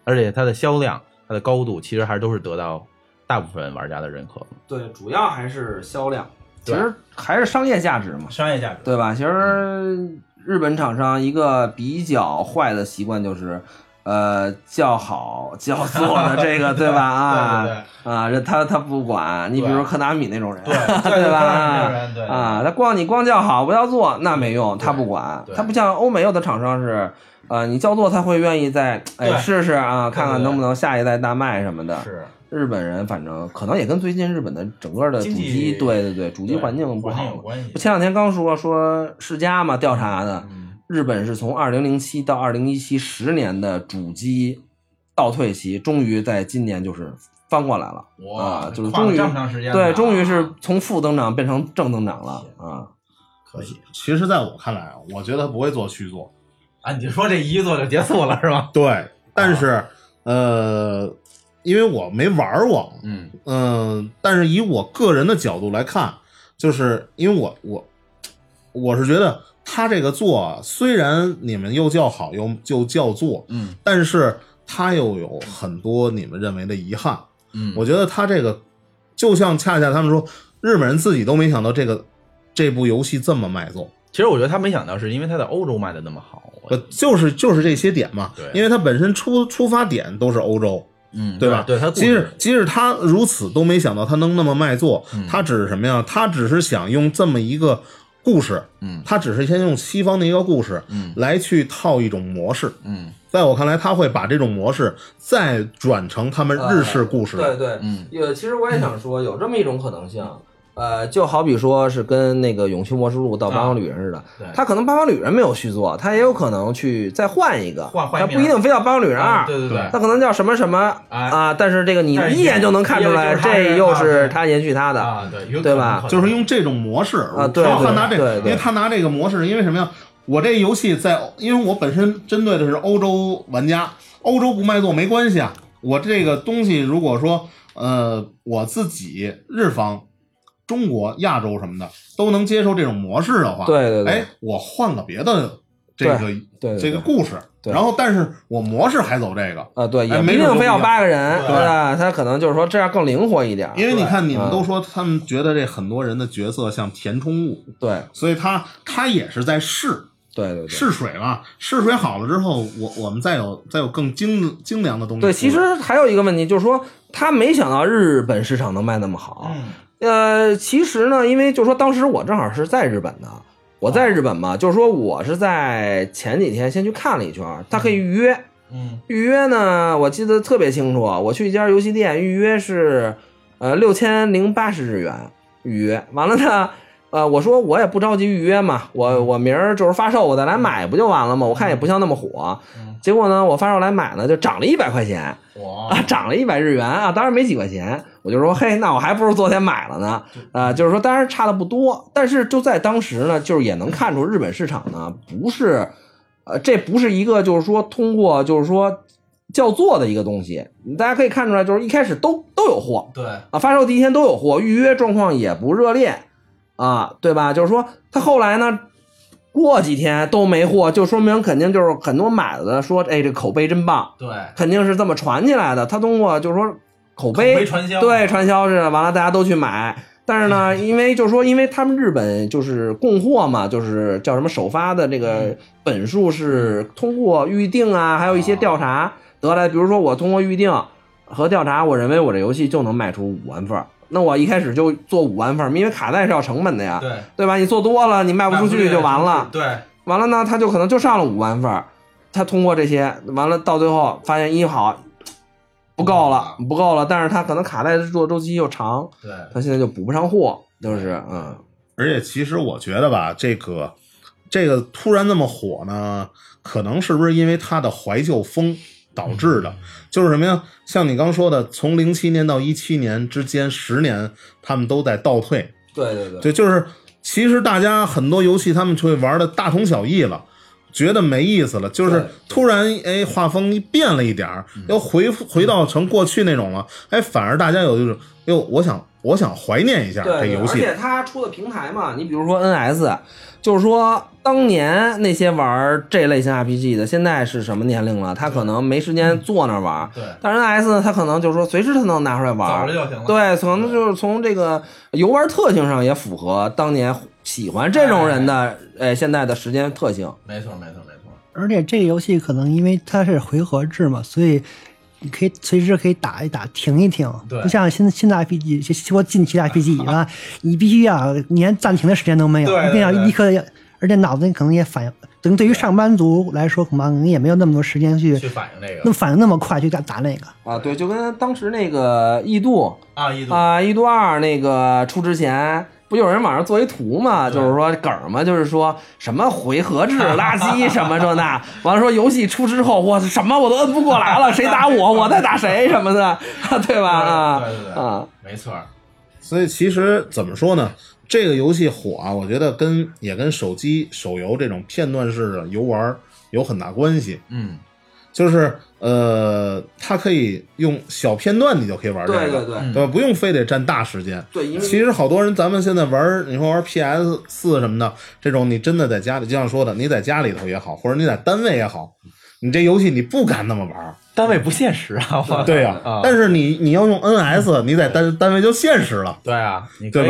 A: 而且它的销量、它的高度，其实还都是得到大部分玩家的认可的。
B: 对，主要还是销量，其
G: 对
B: 实还是商业价值嘛，
G: 商业价值
B: 对吧？其实日本厂商一个比较坏的习惯就是。呃，叫好叫座的
G: (laughs)
B: 这个对吧？啊
G: 对对
B: 啊，这他他不管你，比
G: 对
B: 如说科纳米那种人，
G: 对对
B: (laughs) 对
G: 科
B: 吧？
G: 纳米那种人对
B: 啊，他光你光叫好不叫座那没用，他不管，
G: 对
B: 他不像欧美有的厂商是，呃，你叫座他会愿意再哎
G: 对
B: 试试啊，看看
G: 对
B: 能不能下一代大卖什么的。
G: 是
B: 日本人反正可能也跟最近日本的整个的主
G: 经济
B: 机，对对对，主
G: 主
B: 机环境不
G: 环境有
B: 好。
G: 关系。
B: 前两天刚说说世嘉嘛调查的，
G: 嗯，
B: 日本是从二零零七到二零一七十年的主机倒退期，终于在今年就是翻过来了啊
G: 哇，，
B: 就是
G: 跨了
B: 终于
G: 这么长时间了啊，
B: 对，终于是从负增长变成正增长了啊。
G: 可以
D: 其实，在我看来啊，我觉得他不会做续作，
G: 啊！你就说这一座就结束了是吗？
D: 对，但是、呃，因为我没玩儿过，
G: 嗯，
D: 嗯、但是以我个人的角度来看，就是因为我我我是觉得他这个做啊虽然你们又叫好又就叫做，
G: 嗯，
D: 但是他又有很多你们认为的遗憾，
G: 嗯
D: 我觉得他这个就像恰恰他们说，日本人自己都没想到这个这部游戏这么卖座，
A: 其实我觉得他没想到，是因为他在欧洲卖的那么好，
D: 呃，就是就是这些点嘛，
G: 对
D: 因为它本身出出发点都是欧洲，
G: 嗯，
D: 对吧？
G: 对他故嗯
D: 即使即使他如此都没想到他能那么卖座，他只是什么呀？他只是想用这么一个故事，
G: 嗯
D: 他只是先用西方的一个故事，
G: 嗯
D: 来去套一种模式。
B: 呃
G: 嗯
D: 在我看来，他会把这种模式再转成他们日式故事。
B: 对对，
G: 嗯，
B: 有其实我也想说，有这么一种可能性，呃，就好比说是跟那个《勇气模式录》到《八方旅人》似的
A: 对，
B: 他可能《八方旅人》没有续作，他也有可能去再换一个，
A: 换换一
B: 他
A: 名啊
B: 不一定非要《八方旅人二》，
A: 对对对，
B: 他可能叫什么什么
A: 哎
B: 啊，但是这个你
A: 但是
B: 一眼就能看出
A: 也
B: 来，
A: 就是他是
B: 这又是
A: 啊
B: 他延续他的，
A: 啊，对，有可能
B: 对吧
D: 就是用这种模式
B: 啊对
D: 然后他
B: 对
D: 拿这
B: 对
D: 个，因
B: 对
D: 为他拿这个模式，因为什么呀？我这游戏在，因为我本身针对的是欧洲玩家，欧洲不卖座没关系啊。我这个东西如果说，呃，我自己日方、中国、亚洲什么的都能接受这种模式的话，
B: 对对对
D: 哎，我换个别的这个
B: 对对
D: 这个故事，
B: 对
D: 然后但是我模式还走这个，
B: 啊，对，也
D: 哎
B: 不
D: 没
B: 一
D: 准
B: 定
D: 就
B: 非要
D: 不一样
B: 八个人，
D: 对
B: 吧？他可能就是说这样更灵活一点，
D: 因为你看你们
B: 嗯
D: 都说他们觉得这很多人的角色像填充物，
B: 对
D: 所以他他也是在试
B: 对对对。
D: 试水嘛，试水好了之后，我我们再有再有更精精良的东西
B: 嗯
D: 出
B: 对，
D: 来。
B: 其实还有一个问题，就是说他没想到日本市场能卖那么好。
A: 嗯
B: 呃，其实呢，因为就是说当时我正好是在日本的，我在日本嘛，就是说我是在前几天先去看了一圈，它可以预约。
A: 嗯，
B: 预约呢，我记得特别清楚，我去一家游戏店预约是呃六千零八十日元预约，完了呢。呃，我说我也不着急预约嘛，我我明儿就是发售，我再来买不就完了吗？我看也不像那么火，
A: 嗯
B: 结果呢，我发售来买呢，就涨了一百块钱，
A: 我
B: 啊，涨了一百日元啊，当然没几块钱，我就说嘿，那我还不如昨天买了呢，啊、就是说当然差的不多，但是就在当时呢，就是也能看出日本市场呢不是，呃，这不是一个就是说通过就是说叫做的一个东西，大家可以看出来，就是一开始都都有货，
A: 对
B: 啊，发售第一天都有货，预约状况也不热烈，啊，对吧？就是说他后来呢，过几天都没货，就说明肯定就是很多买了的说，哎，这口碑真棒，
A: 对，
B: 肯定是这么传起来的。他通过就是说口碑
A: 口碑传销
B: 对传销嗯似的，完了大家都去买。但是呢，因为就是说，因为他们日本就是供货嘛，就是叫什么首发的这个本数是通过预定啊，还有一些调查得来。比如说我通过预定和调查，我认为我这游戏就能卖出五万份儿，那我一开始就做五万份儿，因为卡带是要成本的呀，
A: 对，
B: 对吧？你做多了，你卖不出去就完了。
A: 对，
B: 完了呢，他就可能就上了五万份儿，他通过这些，完了到最后发现一好不够了，不够了，但是他可能卡带制作周期又长，
A: 对，
B: 他现在就补不上货，就是嗯，
D: 而且其实我觉得吧，这个这个突然那么火呢，可能是不是因为它的怀旧风导致
B: 嗯
D: 的？就是什么呀？像你刚说的，从零七年到一七年之间十年，他们都在倒退。
B: 对对对，
D: 对，就是其实大家很多游戏他们就会玩的大同小异了。觉得没意思了，就是
B: 对嗯
D: 突然哎，画风变了一点儿，又回复回到成过去那种了，哎，反而大家有一种，哎呦，我想我想怀念一下这游
B: 而
D: 戏，
B: 且他出的平台嘛，你比如说 NS，就是说当年那些玩这类型 RPG 的，现在是什么年龄了？他可能没时间坐那儿玩，
A: 对
B: 但是 NS 呢，他可能就是说随时他能拿出来玩
A: 走
B: 儿，
A: 着就行了。
B: 对，可能就是从这个游玩特性上也符合当年喜欢这种人的，哎，现在的时间特性。
A: 没错，没错，没错。
C: 而且这个游戏可能因为它是回合制嘛，所以你可以随时可以打一打，停一停。
A: 对
C: 不像新新的 RPG，就说近期的
A: (laughs)
C: RPG 啊，你必须要你连暂停的时间都没有，
A: 对
C: 一定要
A: 对对
C: 立刻要，而且脑子可能也反应，等对于上班族来说，恐怕可能也没有那么多时间去
A: 去反映这
C: 那
A: 个
C: 么反应那么快去打打那个。
B: 啊，对，就跟当时那个《异度
A: 啊，一》度
B: 啊，《异度二》那个出之前，不有人网上做一图嘛，就是说梗儿嘛，就是说什么回合制垃圾什么这 (laughs) 那，完了说游戏出之后，我什么我都摁不过来 (laughs) 了，谁打我，我再打谁什么 (laughs) 的，对吧？啊
A: 对对对对
B: 啊，
A: 没错儿，
D: 所以其实怎么说呢，这个游戏火啊，我觉得跟也跟手机手游这种片段式的游玩儿有很大关系。
A: 嗯，
D: 就是呃，它可以用小片段，你就可以玩这个，
B: 对对对
A: 嗯
D: 对吧？不用非得占大时间。
B: 对，因为
D: 其实好多人，咱们现在玩儿，你说玩 PS 四什么的，这种你真的在家里，就像说的，你在家里头也好，或者你在单位也好，你这游戏你不敢那么玩儿，
G: 单位不现实啊，我
D: 对呀、
G: 啊
D: 但是你你要用 NS，你在单单位就现实了，
A: 对啊，你可以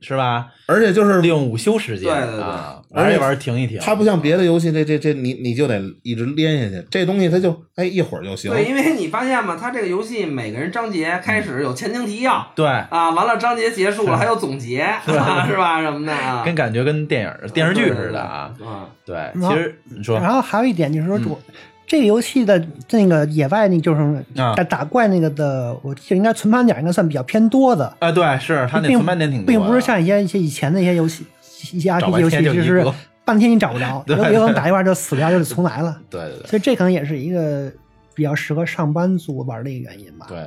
A: 是吧？
D: 而且就是
A: 利用午休时间
B: 对对对
A: 啊，
D: 而
A: 玩
D: 且
A: 一玩，停一停。
D: 它不像别的游戏，这这这你你就得一直连下去，这东西它就哎一会儿就行。
B: 对，因为你发现嘛，它这个游戏每个人章节开始有前情提要。
A: 对，
B: 啊，完了章节结束了，还有总结，啊是吧？什么的啊，
A: 跟感觉跟电影儿电视剧似的啊。
B: 啊，
A: 对，
C: 然
A: 其
C: 后
A: 实你说嗯
C: 然后还有一点就是说，我这个游戏的那个野外那就是
A: 啊
C: 打打怪那个的，我记得应该存盘点应该算比较偏多的，
A: 啊，对，是他那
C: 并
A: 存盘点挺多的，
C: 并不是像一些一些以前的一些游戏，一些
A: 找半
C: RPG
A: 天
C: 游
A: 就
C: 戏就
A: 一
C: 是
A: 个
C: 半天你找
A: (laughs)
C: 不着，有有可能打一半就死掉，就得重来了。
A: 对对对
C: 所以这可能也是一个比较适合上班族玩的一个原因吧。
A: 对。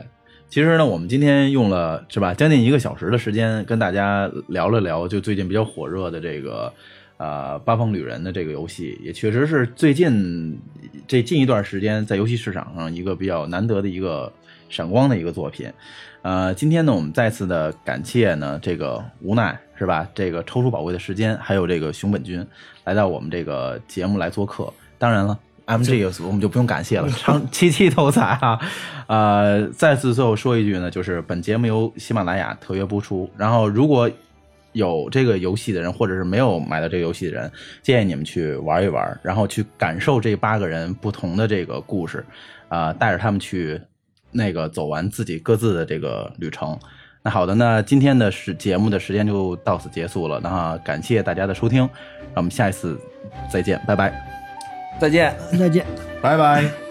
A: 其实呢，我们今天用了是吧，将近一个小时的时间跟大家聊了聊，就最近比较火热的这个呃《八方旅人》的这个游戏，也确实是最近这近一段时间在游戏市场上一个比较难得的一个闪光的一个作品。呃，今天呢，我们再次的感谢呢这个无奈是吧，这个抽出宝贵的时间，还有这个熊本君来到我们这个节目来做客。当然了。M G 有我们就不用感谢了，长七七头彩啊！呃，再次最后说一句呢，就是本节目由喜马拉雅特约播出。然后，如果有这个游戏的人，或者是没有买到这个游戏的人，建议你们去玩一玩，然后去感受这八个人不同的这个故事，啊、带着他们去那个走完自己各自的这个旅程。那好的，那今天的时节目的时间就到此结束了，那感谢大家的收听，让我们下一次再见，拜拜。
B: 再见。
C: 再见。
D: 拜拜。